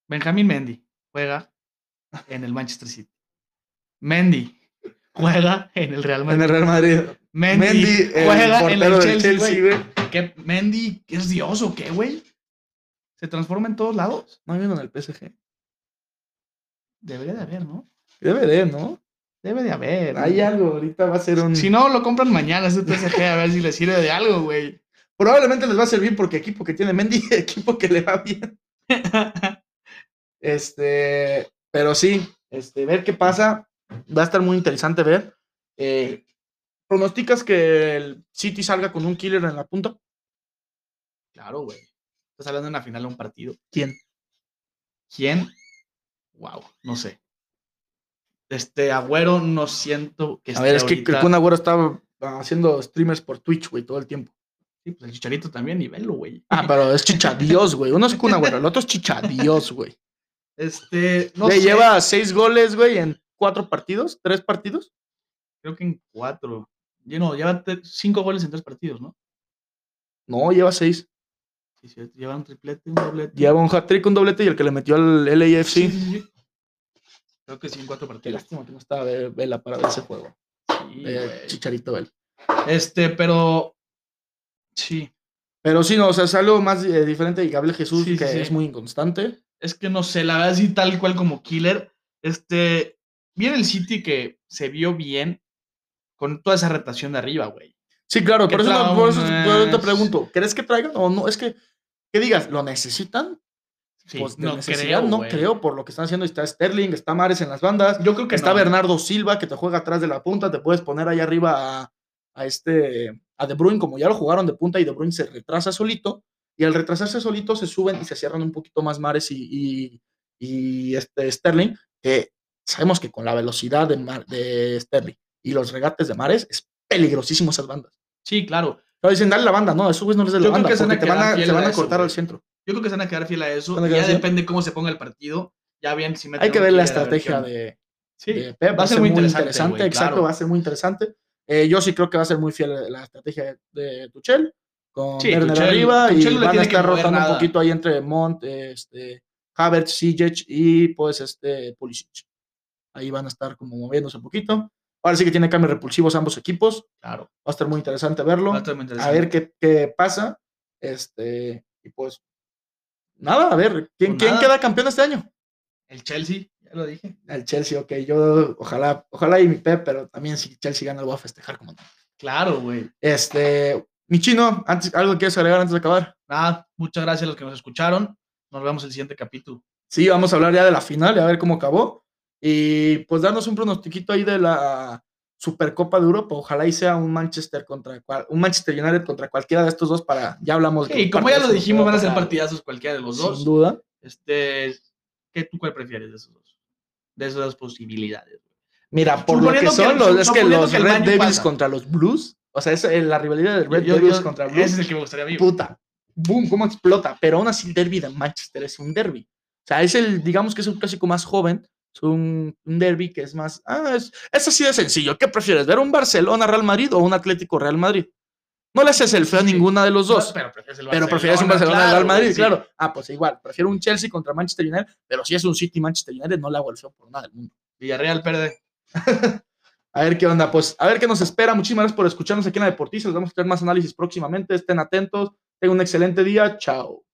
[SPEAKER 3] Benjamín Mendy juega en el Manchester City. Mendy juega en el Real
[SPEAKER 2] en el
[SPEAKER 3] Madrid.
[SPEAKER 2] Real Madrid.
[SPEAKER 3] Mendy,
[SPEAKER 2] Mendy, el
[SPEAKER 3] juega en
[SPEAKER 2] portero
[SPEAKER 3] el
[SPEAKER 2] del
[SPEAKER 3] Chelsea, güey.
[SPEAKER 2] Chelsea, güey.
[SPEAKER 3] ¿Qué- Mendy es Dios o qué, güey? ¿Se transforma en todos lados?
[SPEAKER 2] No vino en el PSG.
[SPEAKER 3] Debería de haber, ¿no?
[SPEAKER 2] Debe de, ¿no?
[SPEAKER 3] Debe de haber.
[SPEAKER 2] Hay
[SPEAKER 3] ¿no?
[SPEAKER 2] algo, ahorita va a ser un...
[SPEAKER 3] Si no, lo compran mañana ese PSG a ver si le sirve de algo, güey.
[SPEAKER 2] Probablemente les va a servir porque equipo que tiene Mendy, equipo que le va bien. Este, pero sí, este, ver qué pasa. Va a estar muy interesante ver. Eh, ¿Pronosticas que el City salga con un killer en la punta?
[SPEAKER 3] Claro, güey. Estás hablando de una final de un partido.
[SPEAKER 2] ¿Quién?
[SPEAKER 3] ¿Quién? Wow, no sé. Este Agüero no siento que
[SPEAKER 2] A ver, es
[SPEAKER 3] esté
[SPEAKER 2] que el
[SPEAKER 3] ahorita-
[SPEAKER 2] Kun Agüero estaba haciendo streamers por Twitch, güey, todo el tiempo.
[SPEAKER 3] Sí, pues el Chicharito también y velo, güey.
[SPEAKER 2] Ah, pero es chichadios, güey. Uno es Kun Agüero, el otro es chichadios, güey.
[SPEAKER 3] Este, no
[SPEAKER 2] Le
[SPEAKER 3] sé.
[SPEAKER 2] lleva seis goles, güey, en cuatro partidos, tres partidos.
[SPEAKER 3] Creo que en cuatro. Ya no, lleva tre- cinco goles en tres partidos, ¿no?
[SPEAKER 2] No, lleva seis.
[SPEAKER 3] Sí, sí, lleva un triplete, un doblete.
[SPEAKER 2] Lleva un hat-trick, un doblete y el que le metió al
[SPEAKER 3] Sí,
[SPEAKER 2] LAFC.
[SPEAKER 3] sí, sí. Creo que sí, en cuatro
[SPEAKER 2] Qué
[SPEAKER 3] partidos.
[SPEAKER 2] lástima que no estaba Ve- Vela para ver ese juego.
[SPEAKER 3] Sí,
[SPEAKER 2] Eh,
[SPEAKER 3] güey.
[SPEAKER 2] Chicharito Vela.
[SPEAKER 3] Este, pero. Sí,
[SPEAKER 2] Pero sí, no, o sea, es algo más eh, diferente y Gabriel Jesús,
[SPEAKER 3] Sí, sí,
[SPEAKER 2] que
[SPEAKER 3] sí.
[SPEAKER 2] es muy inconstante.
[SPEAKER 3] es que no sé, la verdad sí, tal cual como Killer. Este, viene el City que se vio bien con toda esa retación de arriba, güey.
[SPEAKER 2] Sí, claro,
[SPEAKER 3] Qué
[SPEAKER 2] por eso, no- por eso
[SPEAKER 3] traumas.
[SPEAKER 2] te pregunto, ¿crees que traigan o no? Es que, que digas, ¿lo necesitan?
[SPEAKER 3] Sí,
[SPEAKER 2] pues de necesidad no
[SPEAKER 3] güey.
[SPEAKER 2] creo por lo que están haciendo. Está Sterling, está Mares en las bandas,
[SPEAKER 3] Yo creo que
[SPEAKER 2] está
[SPEAKER 3] no.
[SPEAKER 2] Bernardo Silva que te juega atrás de la punta, te puedes poner ahí arriba a, a este a De Bruyne como ya lo jugaron de punta y De Bruyne se retrasa solito y al retrasarse solito se suben y se cierran un poquito más Mares y, y, y, este Sterling que sabemos que con la velocidad de, Mar- de Sterling y los regates de Mares es peligrosísimo esas bandas.
[SPEAKER 3] Sí, claro.
[SPEAKER 2] Pero dicen, dale la banda, no, esos güeyes no les de la
[SPEAKER 3] Yo creo
[SPEAKER 2] banda
[SPEAKER 3] que se van a
[SPEAKER 2] porque te van
[SPEAKER 3] quedar
[SPEAKER 2] a,
[SPEAKER 3] fieles
[SPEAKER 2] se van
[SPEAKER 3] a
[SPEAKER 2] a
[SPEAKER 3] eso,
[SPEAKER 2] cortar
[SPEAKER 3] güey.
[SPEAKER 2] al centro.
[SPEAKER 3] Yo creo que se van a quedar fiel a eso.
[SPEAKER 2] ¿Van a
[SPEAKER 3] Ya
[SPEAKER 2] quedar fiel?
[SPEAKER 3] depende cómo se ponga el partido. Ya bien si meten
[SPEAKER 2] Hay que
[SPEAKER 3] un
[SPEAKER 2] ver la
[SPEAKER 3] killer, a ver qué
[SPEAKER 2] estrategia
[SPEAKER 3] onda.
[SPEAKER 2] de,
[SPEAKER 3] Sí,
[SPEAKER 2] de Pep.
[SPEAKER 3] va a ser muy interesante. güey,
[SPEAKER 2] exacto,
[SPEAKER 3] claro.
[SPEAKER 2] va a ser muy interesante. Eh, yo sí creo que va a ser muy fiel la estrategia de Tuchel con
[SPEAKER 3] Sí,
[SPEAKER 2] Werner
[SPEAKER 3] Tuchel-
[SPEAKER 2] arriba
[SPEAKER 3] Tuchel
[SPEAKER 2] y
[SPEAKER 3] no
[SPEAKER 2] van
[SPEAKER 3] le
[SPEAKER 2] a
[SPEAKER 3] tiene que
[SPEAKER 2] estar
[SPEAKER 3] mover
[SPEAKER 2] rotando un
[SPEAKER 3] nada.
[SPEAKER 2] poquito ahí entre Mont, eh, este, Havertz, Ziyech y pues este Pulisic. Ahí van a estar como moviéndose un poquito. Ahora sí que tiene cambios repulsivos ambos equipos.
[SPEAKER 3] claro.
[SPEAKER 2] Va a estar muy interesante verlo.
[SPEAKER 3] Va a estar muy
[SPEAKER 2] A
[SPEAKER 3] interesante.
[SPEAKER 2] ver qué, qué pasa. Este, y pues nada, a ver, ¿quién,
[SPEAKER 3] Pues
[SPEAKER 2] ¿quién
[SPEAKER 3] nada.
[SPEAKER 2] queda campeón este año?
[SPEAKER 3] El Chelsea, ya lo dije.
[SPEAKER 2] Al Chelsea, ok. Yo, ojalá, ojalá y mi Pep, pero también si Chelsea gana, lo voy a festejar como no.
[SPEAKER 3] Claro, güey.
[SPEAKER 2] Este, mi chino, antes, ¿algo quieres agregar antes de acabar?
[SPEAKER 3] Nada, muchas gracias a los que nos escucharon. Nos vemos el siguiente capítulo.
[SPEAKER 2] Sí, vamos a hablar ya de la final y a ver cómo acabó. Y pues darnos un pronostiquito ahí de la Supercopa de Europa. Ojalá y sea un Manchester contra cual- un Manchester United contra cualquiera de estos dos para ya hablamos.
[SPEAKER 3] Sí,
[SPEAKER 2] de
[SPEAKER 3] y como ya lo
[SPEAKER 2] partidos
[SPEAKER 3] dijimos,
[SPEAKER 2] Pues, que
[SPEAKER 3] van a ser
[SPEAKER 2] tocar,
[SPEAKER 3] partidazos cualquiera de los
[SPEAKER 2] Sin
[SPEAKER 3] dos.
[SPEAKER 2] duda.
[SPEAKER 3] Este, ¿qué tú cuál prefieres de esos dos? De esas dos posibilidades.
[SPEAKER 2] Mira, por lo que
[SPEAKER 3] Suponiendo que
[SPEAKER 2] son
[SPEAKER 3] el-
[SPEAKER 2] los, es que
[SPEAKER 3] suponiendo
[SPEAKER 2] los
[SPEAKER 3] que el
[SPEAKER 2] Red
[SPEAKER 3] Bayern
[SPEAKER 2] Devils
[SPEAKER 3] pasa.
[SPEAKER 2] contra los Blues. O sea, es, eh, la rivalidad del Red
[SPEAKER 3] Yo- yo-
[SPEAKER 2] Devils
[SPEAKER 3] yo-
[SPEAKER 2] contra Blues.
[SPEAKER 3] Ese es el que me gustaría vivir.
[SPEAKER 2] puta, boom, cómo explota. Pero aún así el derby de Manchester es un derby. O sea, es el, digamos que es un clásico más joven, es un, un derby que es más, ah, es, es así de sencillo. ¿Qué prefieres, ver un Barcelona-Real Madrid o un Atlético-Real Madrid? No le haces el feo a
[SPEAKER 3] Sí.
[SPEAKER 2] ninguna de los dos.
[SPEAKER 3] Pero prefieres el
[SPEAKER 2] Pero prefieres un Barcelona
[SPEAKER 3] claro,
[SPEAKER 2] Real Madrid,
[SPEAKER 3] güey, sí.
[SPEAKER 2] claro. Ah, pues igual, prefiero un Chelsea contra Manchester United, pero si es un City Manchester United, no le hago el feo por nada del mundo.
[SPEAKER 3] Villarreal pierde.
[SPEAKER 2] A ver qué onda, pues a ver qué nos espera. Muchísimas gracias por escucharnos aquí en la Deportiza. Les vamos a tener más análisis próximamente. Estén atentos. Tengan un excelente día. Chao.